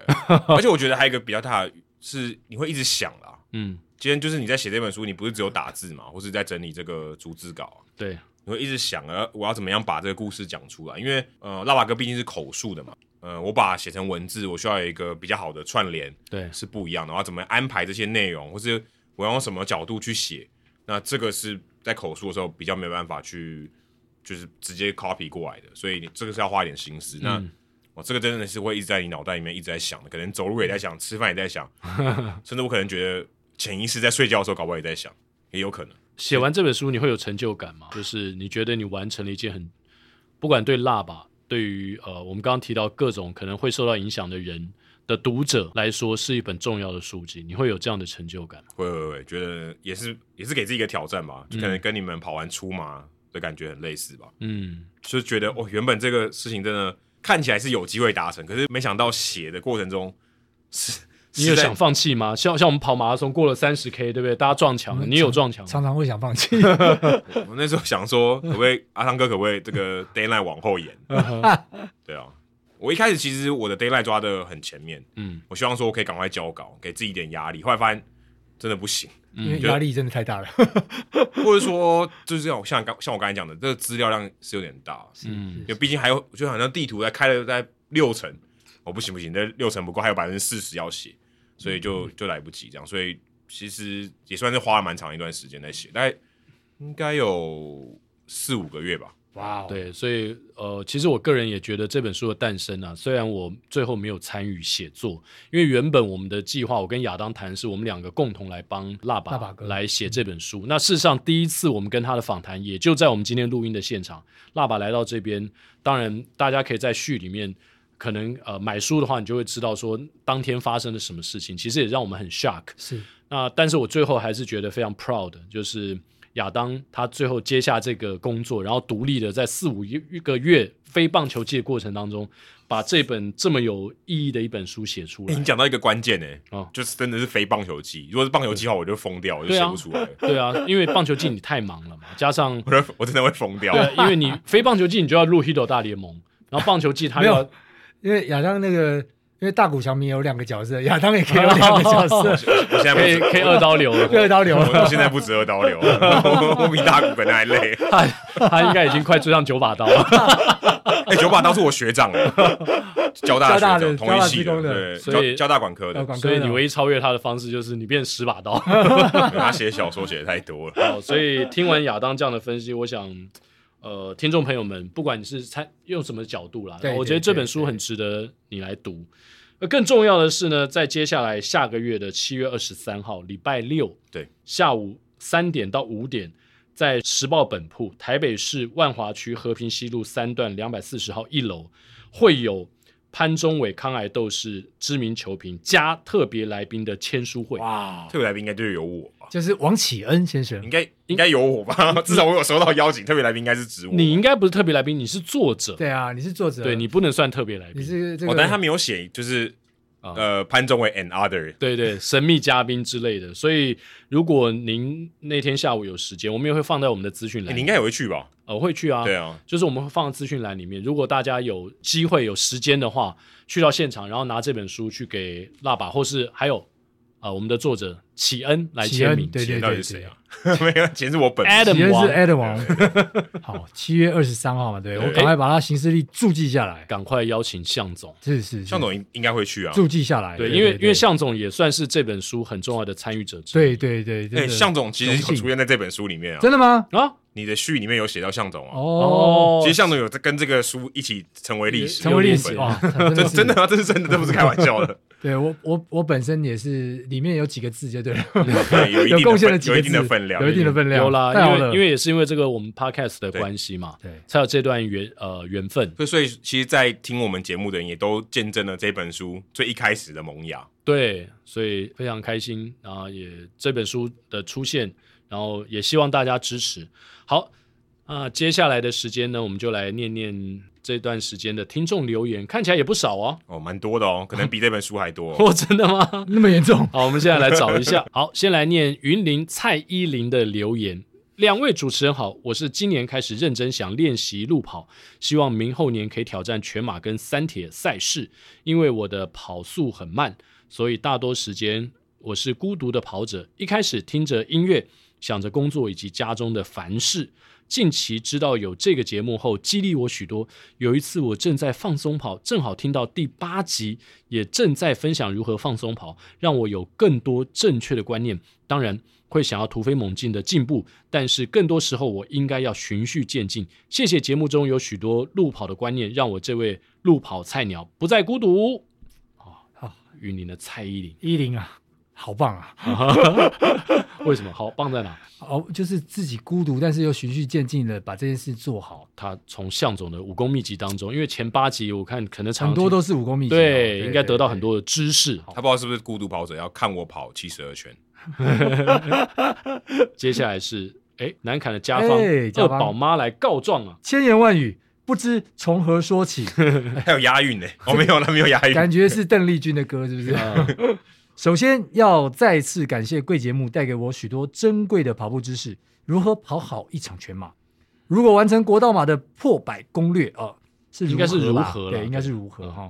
而且我觉得还有一个比较大的是，你会一直想啦。嗯，今天就是你在写这本书，你不是只有打字嘛，或是在整理这个逐字稿啊、对，你会一直想，呃，我要怎么样把这个故事讲出来？因为呃，辣爸哥毕竟是口述的嘛，呃，我把它写成文字，我需要有一个比较好的串联，对，是不一样的。我要怎么安排这些内容，或是我要用什么角度去写？那这个是在口述的时候比较没办法去，就是直接 copy 过来的，所以你这个是要花一点心思。那嗯我这个真的是会一直在你脑袋里面一直在想的，可能走路也在想，吃饭也在想，甚至我可能觉得潜意识在睡觉的时候，搞不好也在想，也有可能。写完这本书你会有成就感吗？就是你觉得你完成了一件很，不管对辣吧，对于呃我们刚刚提到各种可能会受到影响的人的读者来说，是一本重要的书籍，你会有这样的成就感吗？会会会，觉得也是也是给自己一个挑战吧，就可能跟你们跑完出马的感觉很类似吧，嗯，就是觉得哦，原本这个事情真的看起来是有机会达成，可是没想到写的过程中是你有是在想放弃吗？像像我们跑马拉松过了三十 K，对不对？大家撞墙了，嗯你有撞墙吗？常常会想放弃。嗯我那时候想说，可不可以阿汤哥可不可以这个 d a y l i n e 往后延？ 对啊，我一开始其实我的 d a y l i n e 抓的很前面，嗯我希望说我可以赶快交稿，给自己一点压力，后来发现真的不行。 因为嗯，压力真的太大了。或者说，就是这种像刚像我刚才讲的，这个资料量是有点大， 嗯因为毕竟还有，就好像地图在开了在六成，哦不行不行，那六成不够，还有百分之四十要写，所以嗯就就来不及这样，所以其实也算是花了蛮长一段时间在写，大概应该有四五个月吧。哇哦，对，所以呃，其实我个人也觉得这本书的诞生啊，虽然我最后没有参与写作，因为原本我们的计划，我跟亚当谈是我们两个共同来帮辣辣爸爸哥来写这本书。那事实上，第一次我们跟他的访谈也就在我们今天录音的现场，辣爸来到这边，当然大家可以在序里面。可能呃买书的话，你就会知道说当天发生了什么事情，其实也让我们很 shock。是那但是我最后还是觉得非常 proud，就是亚当他最后接下这个工作，然后独立的在四五一个月非棒球界过程当中，把这本这么有意义的一本书写出欸来你。讲到一个关键呢、哦就是真的是非棒球季，如果是棒球季的话，我就疯掉，我就对写啊不出来，对啊，因为棒球季你太忙了嘛，加上我就我真的会疯掉。对，因为你非棒球季你就要入 Hito 大联盟，然后棒球季他没有要因为亚当那个因为大谷翔平有两个角色，亚当也可以有两个角色，我现在不可以止可以二刀流了，二刀流 我我了。现在不止二刀流， 我比大谷本来还累。他他应该已经快追上九把刀 了，哎、九把刀是我学长哎，交大交大学的长，同交一系大职工的 对，所以交交大管科的交，管所以你唯一超越他的方式就是你变十把刀。对他写小说写的太多了。哦，所以听完亚当这样的分析，我想，呃，听众朋友们，不管你是参用什么角度啦，对我对觉得这对本书很值得你来读。而更重要的是呢，在接下来下个月的七月二十三号，礼拜六，对，下午三点到五点，在时报本铺台北市万华区和平西路三段两百四十号一楼，会有潘中伟抗癌斗士知名球评加特别来宾的签书会。哇，特别来宾应该就是有我吧，就是王启恩先生应，该应该有我吧，至少我有收到邀请，特别来宾应该是指我。你应该不是特别来宾，你是作者。对啊，你是作者，对你不能算特别来你宾，是这哦个，，但是他没有写，就是啊呃潘宗伟 and other，对对，神秘嘉宾之类的。所以如果您那天下午有时间，我们也会放在我们的资讯欸栏。你应该也会去吧？呃会去啊，对啊，就是我们会放在资讯栏里面。如果大家有机会有时间的话，去到现场，然后拿这本书去给蜡爸，或是还有呃我们的作者启恩来启签恩名。对对到底对是谁对啊。 没有，其实我本人 Adam 启恩王是 Adam 王，好，七月二十三号嘛，对对我赶快把他行事历注记下来，赶快邀请哎向总。是是，是向总应应该会去啊。注记下来，对，因为因为向总也算是这本书很重要的参与者之对一。对对哎，对，向总其实有荣幸出现在这本书里面啊，真的吗？对啊，你的序里面有写到向总啊。哦，其实向总有在跟这个书一起成为历史，成为历史有哇，这真 真的的是，啊，这是真的，这不是开玩 笑的。对我我我本身也是里面有几个字就对了，对有一有定的贡献分了几有个一定的字分量，有一定的分量，有啦，太因好为了，因为也是因为这个我们 podcast 的对关系嘛，对才有这段缘呃缘分。对，所以其实，在听我们节目的人也都见证了这本书最一开始的萌芽。对，所以非常开心，然后也这本书的出现，然后也希望大家支持。好，啊、接下来的时间呢，我们就来念念这段时间的听众留言，看起来也不少哦。 哦，蛮多的哦，可能比这本书还多、 哦。哦，真的吗？那么严重，好，我们现在来找一下。好，先来念云林蔡依林的留言。两位主持人好，我是今年开始认真想练习路跑，希望明后年可以挑战全马跟三铁赛事。因为我的跑速很慢，所以大多时间我是孤独的跑者。一开始听着音乐，想着工作以及家中的烦事。近期知道有这个节目后，激励我许多。有一次我正在放松跑，正好听到第八集，也正在分享如何放松跑，让我有更多正确的观念。当然会想要突飞猛进的进步，但是更多时候我应该要循序渐进。谢谢节目中有许多路跑的观念，让我这位路跑菜鸟不再孤独。啊，云林的蔡依林，依林啊，好棒啊！为什么好棒在哪？哦，就是自己孤独，但是又循序渐进的把这件事做好，他从向总的武功秘籍当中，因为前八集我看可能常很多听都是武功秘籍哦，对，应该得到很。多的知识。他不知道是不是孤独跑者，要看我跑七十二圈。接下来是哎，南坎的家方哎家二方宝妈来告状啊，千言万语，不知从何说起，还有押 韵呢、哦，没有了，没有押韵。感觉是邓丽君的歌，是 不是？啊首先要再次感谢贵节目带给我许多珍贵的跑步知识，如何跑好一场全马，如果完成国道马的破百攻略啊、呃是如应该是何吧如何啦对，应该是对如何哈、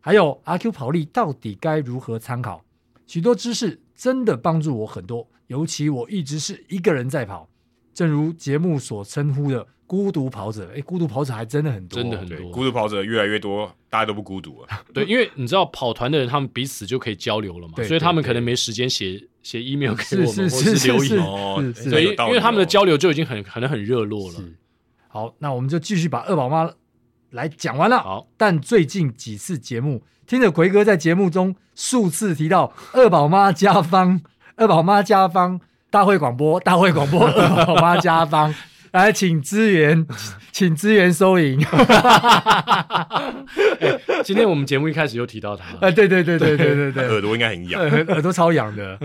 还有阿 Q 跑力到底该如何参考？许多知识真的帮助我很多，尤其我一直是一个人在跑，正如节目所称呼的孤独跑者。诶，孤独跑者还真的很多哦，真的很对，多孤独跑者越来越多，大家都不孤 独了。对，因为你知道跑团的人他们彼此就可以交流了嘛，对所以他们对可能没时间写写 email 给是我们，是或是是留是言，哦是是所对以有道理哦因为他们的交流就已经很可能很热络了。是，好，那我们就继续把二宝妈来讲完了。好，但最近几次节目，听着奎哥在节目中数次提到二宝妈家方， 二宝妈家方大会广播，大会广播，二宝妈家方。来，请支援，请支援收银。 今天我们节目一开始就提到他，啊，对对对对对对对，耳朵应该很痒。耳耳朵超痒的。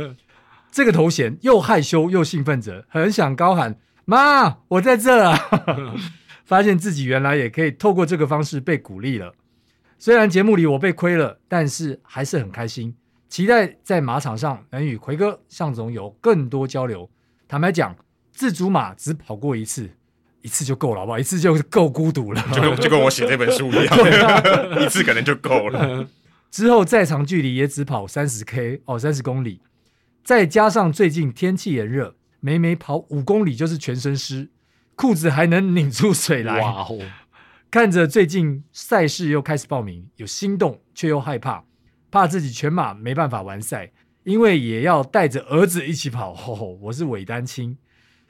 这个头衔又害羞又兴奋着，很想高喊“妈，我在这 儿啊！”发现自己原来也可以透过这个方式被鼓励了。虽然节目里我被亏了，但是还是很开心。期待在马场上能与奎哥、向总有更多交流。坦白讲，自主马只跑过一次，一次就够了，好不好？一次就够孤独了。 啊就跟就跟我写这本书一样，一次可能就够了。之后再长距离也只跑三十 K 哦，三十公里，再加上最近天气炎热，每每跑五公里就是全身湿，裤子还能拧出水来。哇哦，看着最近赛事又开始报名，有心动却又害怕，怕自己全马没办法完赛，因为也要带着儿子一起跑。哦、我是伪单亲，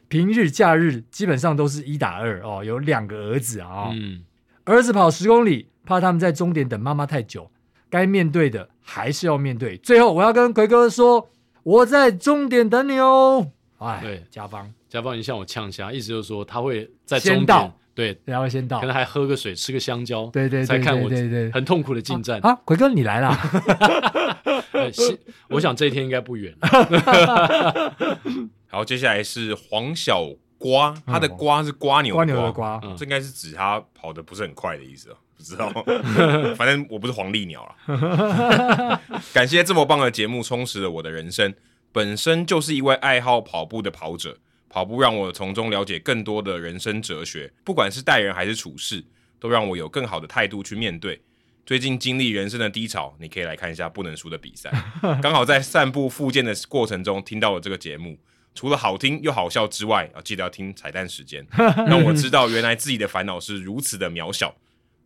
平日假日基本上都是一打二哦，有两个儿子啊、哦嗯，儿子跑十公里，怕他们在终点等妈妈太久，该面对的还是要面对。最后，我要跟奎哥说，我在终点等你哦。哎，对甲方，甲方已经向我呛虾，意思就是说他会在先终点到，对，然后先到可。能还喝个水，吃个香蕉，对对对才看对我对对很痛苦的进站。啊，奎哥你来 啦！呃是我想这一天应该不远。然后接下来是黄小瓜，他的瓜是瓜嗯牛瓜牛的瓜嗯这应该是指他跑的不是很快的意思哦，不知道，反正我不是黄鹂鸟了。感谢这么棒的节目，充实了我的人生。本身就是一位爱好跑步的跑者，跑步让我从中了解更多的人生哲学，不管是待人还是处事，都让我有更好的态度去面对。最近经历人生的低潮，你可以来看一下不能输的比赛。刚好在散步复健的过程中听到了这个节目，除了好听又好笑之外，啊，记得要听彩蛋时间， 让我知道原来自己的烦恼是如此的渺小，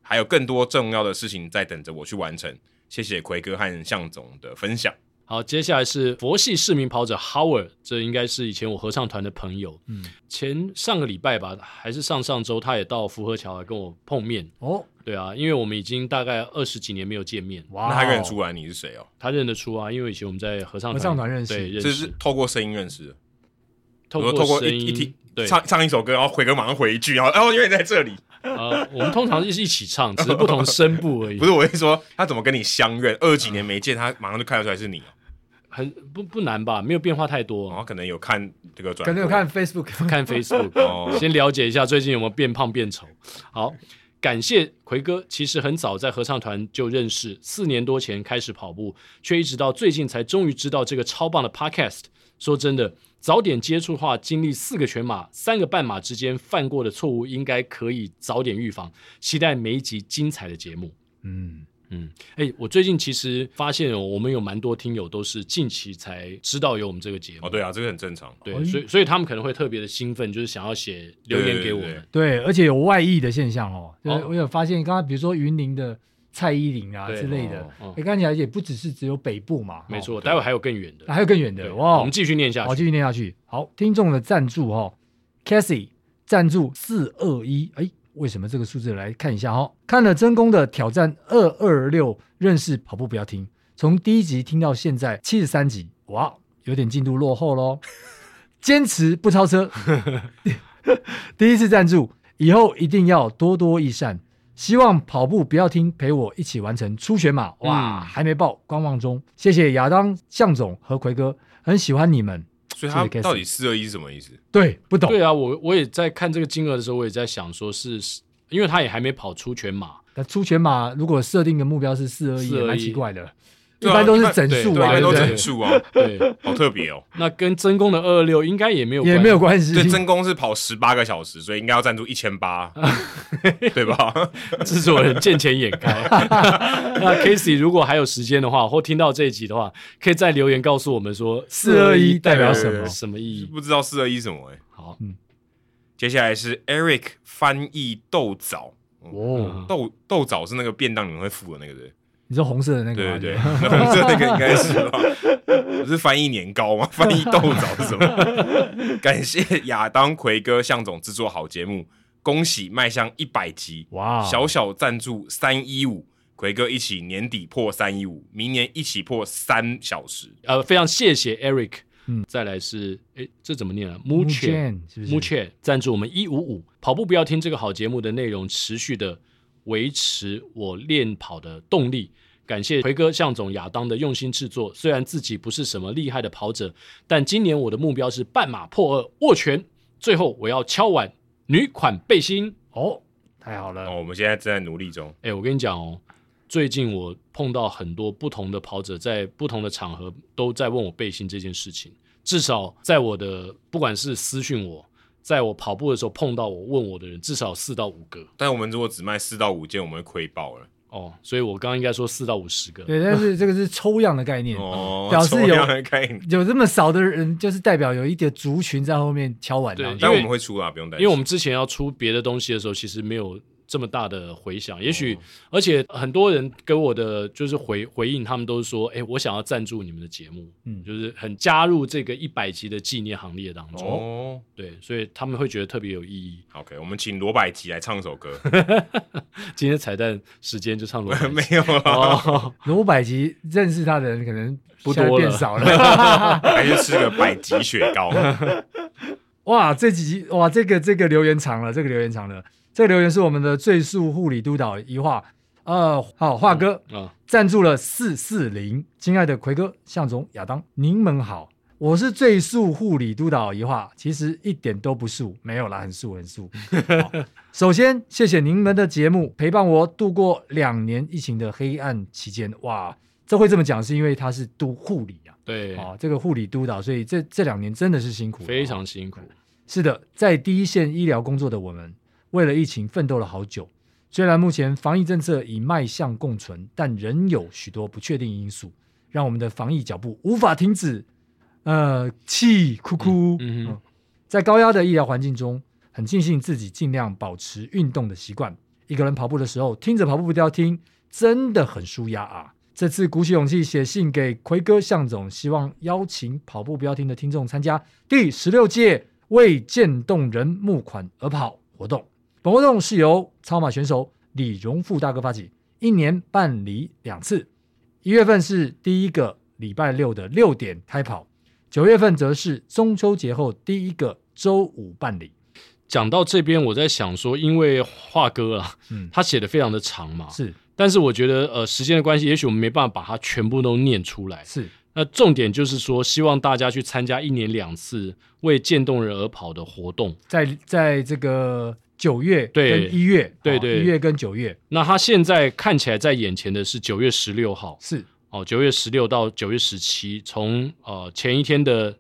还有更多重要的事情在等着我去完成。谢谢奎哥和向总的分享。好，接下来是佛系市民跑者 Howard，这应该是以前我合唱团的朋友。嗯前上个礼拜吧，还是上上周，他也到福和桥来跟我碰面。哦，对啊，因为我们已经大概二十几年没有见面，哇哦，那他认得出来你是谁哦？他认得出啊，因为以前我们在合唱合唱团认识对认这是识，透过声音认识的，透我说透过声一一音听，对，唱唱一首歌，然后奎哥马上回一句，然后哦，原来你在这里，嗯呃，我们通常是一起唱，只是不同声部而已 不，是我是说他怎么跟你相认？二十几年没见，他马上就看得出来是你哦。很不不难吧？没有变化太多啊然。后可能有看这个转播，嗯可能有看 Facebook 看哦 Facebook，先了解一下最近有没有变胖变丑。好，感谢奎哥，其实很早在合唱团就认识，四年多前开始跑步，却一直到最近才终于知道这个超棒的 Podcast。说真的，早点接触的话，经历四个全马、三个半马之间犯过的错误，应该可以早点预防。期待每一集精彩的节目。嗯，嗯，哎、我最近其实发现哦，我们有蛮多听友都是近期才知道有我们这个节目哦，。对啊，这个很正常。对，所以所以他们可能会特别的兴奋，就是想要写留言给我对对们。对，而且有外溢的现象哦。就哦是我有发现，刚刚比如说云林的蔡依林啊对之类的哦哦，哎，看起来也不只是只有北部嘛，没哦，错，待会还有更远的。还有更远对的哇。哦我们继续念下好，去。继续念下去。好，听众的赞助哦 c a s s i e 赞助四二一，哎，为什么这个数字来看一下哈、哦？看了真宫的挑战二二六，认识跑步不要停，从第一集听到现在七十三集，哇，有点进度落后喽。坚持不超车， 第一次赞助，以后一定要多多益善。希望跑步不要停，陪我一起完成初选马。哇，嗯还没报，观望中。谢谢亚当、向总和奎哥，很喜欢你们。所以他这个 case 到底四二一是什么意思？对，不懂。对啊，我我也在看这个金额的时候，我也在想说是，是因为他也还没跑出全马，那出全马如果设定的目标是四二一，也421蛮奇怪的。一对啊般都是整数对，一啊，对般都不是整对？数啊，对，好特别哦。那跟真宫的二二六应该也没有也没有关系对，，真宫是跑十八个小时，所以应该要赞助一千 八，对吧？关系，制作人见钱眼开。 那 Casey 如果还有时间的话，或听到这一集的话，可以在留言告诉我们说421代表代什表么什么什么意嗯义。不知道四二一什么哎、好，接下来是 Eric 翻译豆枣，哦，豆豆枣是那个便当你们会付的那个人，你说红色的那个啊对吗，对对，那红 色那个应该是吧？不是翻译年糕吗？翻译豆枣是什么？ 感谢亚当奎哥向总制作好节目，恭喜迈向一百集，哇，小小赞助三一五，奎哥一起年底破三一五，明年一起破三小时。呃，非常谢谢 Eric。嗯再来是，哎，这怎么念啊 m ？Mu u c h e n 是不是 m u c h e 赞助我们一五五跑步，不要听这个好节目的内容，持续的维持我练跑的动力。感谢奎哥、向总、亚当的用心制作。虽然自己不是什么厉害的跑者，但今年我的目标是半马破二握拳。最后我要敲碗女款背心。哦，太好了哦，，我们现在正在努力中。哎，我跟你讲哦，最近我碰到很多不同的跑者，在不同的场合都在问我背心这件事情。至少在我的不管是私讯我，在我跑步的时候碰到我问我的人，至少四到五个。但我们如果只卖四到五件，我们会亏爆了。哦，所以我刚刚应该说四到五十个。对，但 是这个是抽样的概嗯念，哦，表示有抽样的概念有这么少的人，就是代表有一点族群在后面敲碗对当因为中但我们会出啦，不用担因心。为我们之前要出别的东西的时候，其实没有这么大的回响。也哦许，而且很多人给我的就是回回应，他们都是说：“哎、我想要赞助你们的节目，嗯就是很加入这个一百集的纪念行列当中。哦对，所以他们会觉得特别有意义。 ，OK，我们请罗百吉来唱一首歌，今天彩蛋时间就唱罗百吉没有啊，哦，罗百吉认识他的人可能不现在多变了少 了。还是吃个百吉 雪糕？哇，这几集哇，这个这个留言长了，这个留言长了。这个留言是我们的最速护理督导一画，呃，好，画哥，啊，赞助了四四零。亲爱的奎哥、向总、亚当，您们好，我是最素护理督导一话，其实一点都不素，没有啦，很素很素。好首先，谢谢您们的节目陪伴我度过两年疫情的黑暗期间。哇，这会这么讲是因为他是督护理啊，对，哦，这个护理督导，所以这这两年真的是辛苦了，非哦常辛苦。是的，在第一线医疗工作的我们，为了疫情奋斗了好久。虽然目前防疫政策已迈向共存，但仍有许多不确定因素，让我们的防疫脚步无法停止。呃，气哭哭。嗯嗯哼在高压的医疗环境中，很庆幸自己尽量保持运动的习惯。一个人跑步的时候，听着跑步不掉听，真的很舒压啊！这次鼓起勇气写信给奎哥向总，希望邀请跑步不要停的听众参加第十六届为渐冻人募款而跑活动。本活动是由超马选手李荣富大哥发起，一年办理两次。一月份是第一个礼拜六的六点开跑，九月份则是中秋节后第一个周五办理。讲到这边，我在想说，因为华哥啊，嗯，他写的非常的长嘛，是但是我觉得呃时间的关系，也许我们没办法把它全部都念出来。是，那重点就是说，希望大家去参加一年两次为渐冻人而跑的活动。在在这个九月对跟一月，哦对对一月跟九月那他现在看起来在眼前的是九月十六号是哦，九月十六到九月十七，从呃前一天的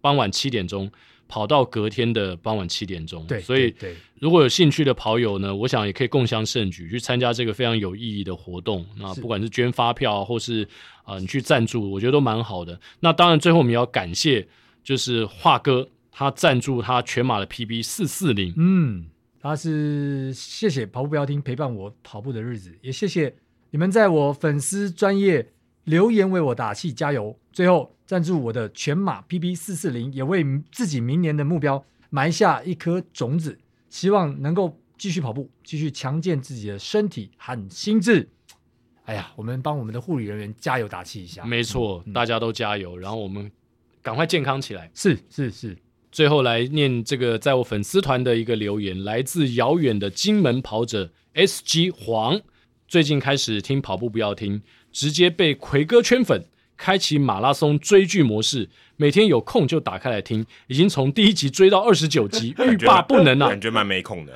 傍晚七点钟跑到隔天的傍晚七点钟。对，嗯所以对对如果有兴趣的跑友呢，我想也可以共襄盛举，去参加这个非常有意义的活动。那是不管是捐发票啊或是呃你去赞助，我觉得都蛮好的。那当然，最后我们也要感谢就是华哥，他赞助他全马的 PB 四四零，嗯，他是谢谢跑步不要停陪伴我跑步的日子，也谢谢你们在我粉丝专业留言为我打气加油。最后赞助我的全马 PB 四四零，也为自己明年的目标埋下一颗种子，希望能够继续跑步，继续强健自己的身体和心智。哎呀，我们帮我们的护理人员加油打气一下。没错，嗯大家都加油，然后我们赶快健康起来。是是是，最后来念这个在我粉丝团的一个留言，来自遥远的金门跑者 S G 黄，最近开始听跑步不要听，直接被奎哥圈粉，开启马拉松追剧模式，每天有空就打开来听，已经从第一集追到二十九集，欲罢不能啊感！觉蛮没空的，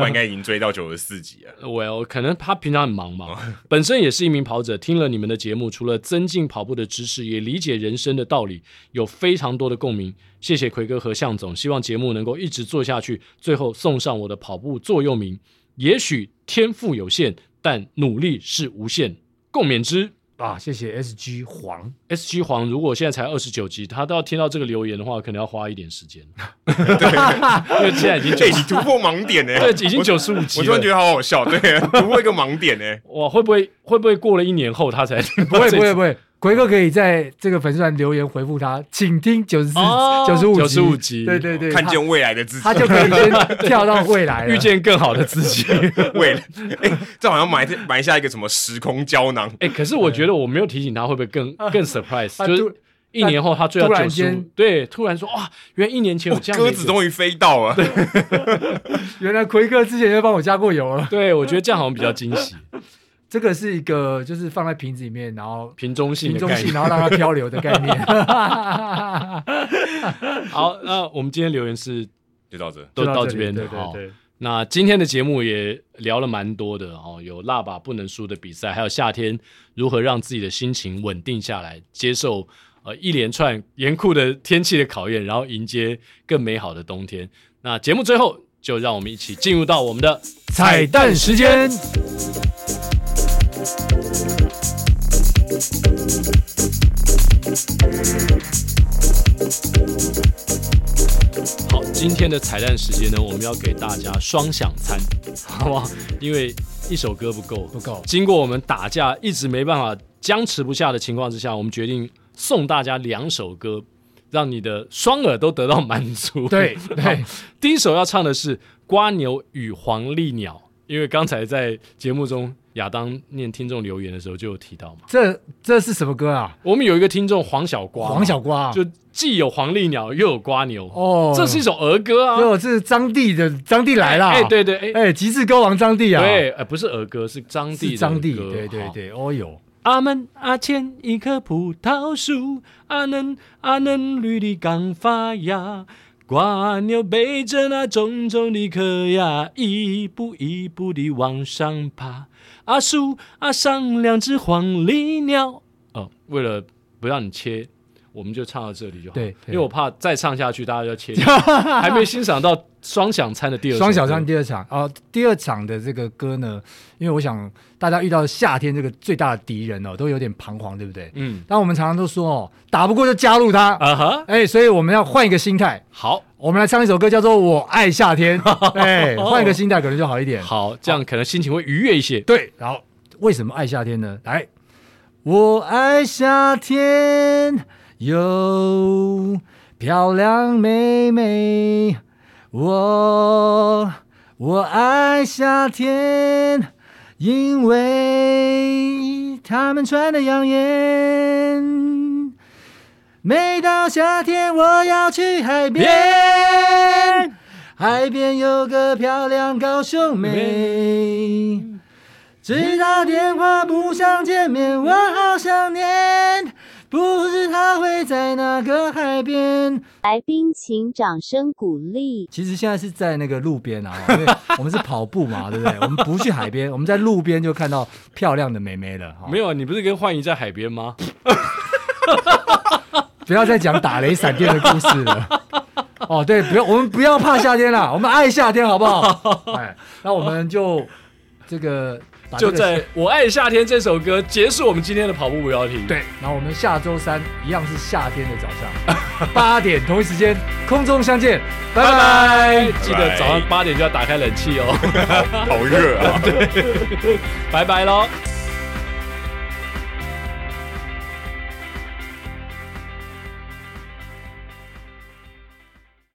我应该已经追到九十四集了。 Well，可能他平常很忙嘛，哦本身也是一名跑者，听了你们的节目，除了增进跑步的知识，也理解人生的道理，有非常多的共鸣。谢谢奎哥和向总，希望节目能够一直做下去。最后送上我的跑步座右铭：也许天赋有限，但努力是无限。共勉之。啊，谢谢 SG 黄。 S G 黄如果现在才二十九集，他到听到这个留言的话，可能要花一点时 间， 因为现在已经这九已经突破盲点呢、 对已经九十五集了。我突然觉得好好笑，对， 突破一个盲点呢、哇，会不会会不会过了一年后他才不不 会不会不会，奎哥可以在这个粉丝团留言回复他，请听九十四、哦九十五、 95集对对对，看他见未来的自己，他就可以先跳到未来 了，遇见更好的自己？未来，哎、这好像埋埋下一个什么时空胶囊， 哎、可是我觉得我没有提醒他，会不会更更 surprise？啊他就突是一年后他追到突然九十间五，对，突然说哇，原来一年前有这样的哦鸽一子个终于飞到了。原来奎哥之前就帮我加过油了。对，我觉得这样好像比较惊喜， 这个是一个就是放在瓶子里面，然后瓶中信瓶的中概信，念。然后让它漂流的概念。好，那我们今天留言是就到这， 都就到这这边，里对好对对，那今天的节目也聊了蛮多的哦，有辣把不能输的比赛，还有夏天如何让自己的心情稳定下来，接受呃一连串严酷的天气的考验，然后迎接更美好的冬天。那节目最后就让我们一起进入到我们的彩蛋时间。今天的彩蛋时间呢，我们要给大家双响餐， 好不好？因为一首歌不够，不够经过我们打架一直没办法僵持不下的情况之下，我们决定送大家两首歌，让你的双耳都得到满足。对对，第一首要唱的是《瓜牛与黄鹂鸟》，因为刚才在节目中亚当念听众留言的时候就有提到嘛，这这是什么歌啊？我们有一个听众黄小瓜嘛，黄小瓜啊就既有黄鹂鸟又有瓜牛，哦，这是一首儿歌啊。哟，这是张帝的张帝来了，哎，，对对，哎，哎，极致歌王张帝啊，对，呃，不是儿歌，是张帝是的张帝，歌对对。好对，哦哟，阿门阿欠一棵葡萄树，阿嫩阿嫩绿的刚发芽，瓜牛背着那重重的壳呀，一步一步地往上爬。阿叔阿上两只黄鹂鸟。哦，为了不让你切。我们就唱到这里就好，对因对为我怕再唱下去大家就 切掉，还没欣赏到双响餐的第二双小首歌张第二场哦，第二场的这个歌呢，因为我想大家遇到夏天这个最大的敌人哦，都有点彷徨，对不对？嗯但我们常常都说哦，打不过就加入他，啊哈，哎，所以我们要换一个心态，好，我们来唱一首歌叫做《我爱 夏天》，哎，换一个心态可能就好一点。好，这样可能心情会愉悦一些。对，然后为什么爱夏天呢？来，我爱夏天，有漂亮妹妹，我我爱夏天，因为她们穿的养眼。每到夏天，我要去海边，海边有个漂亮高雄妹。直到电话不想见面，我好想念，不知他会在哪个海边。来宾请掌声鼓励。其实现在是在那个路边啊，因为我们是跑步嘛，对不对？我们不去海边，我们在路边就看到漂亮的妹妹了。哦哈没有，啊你不是跟幻怡在海边吗？不要再讲打雷闪电的故 事了。哦，对，不要，我们不要怕夏天啦，我们爱夏天好 不好？哎，那我们就这个把这就个在《我爱夏天》这首歌结束我们今天的跑步不要停。，对，然后我们下周三一样是夏天的早上八点同一时间空中相见，拜拜拜。拜，记拜得 拜早上八点就要打开冷气哦。好热啊！拜拜喽。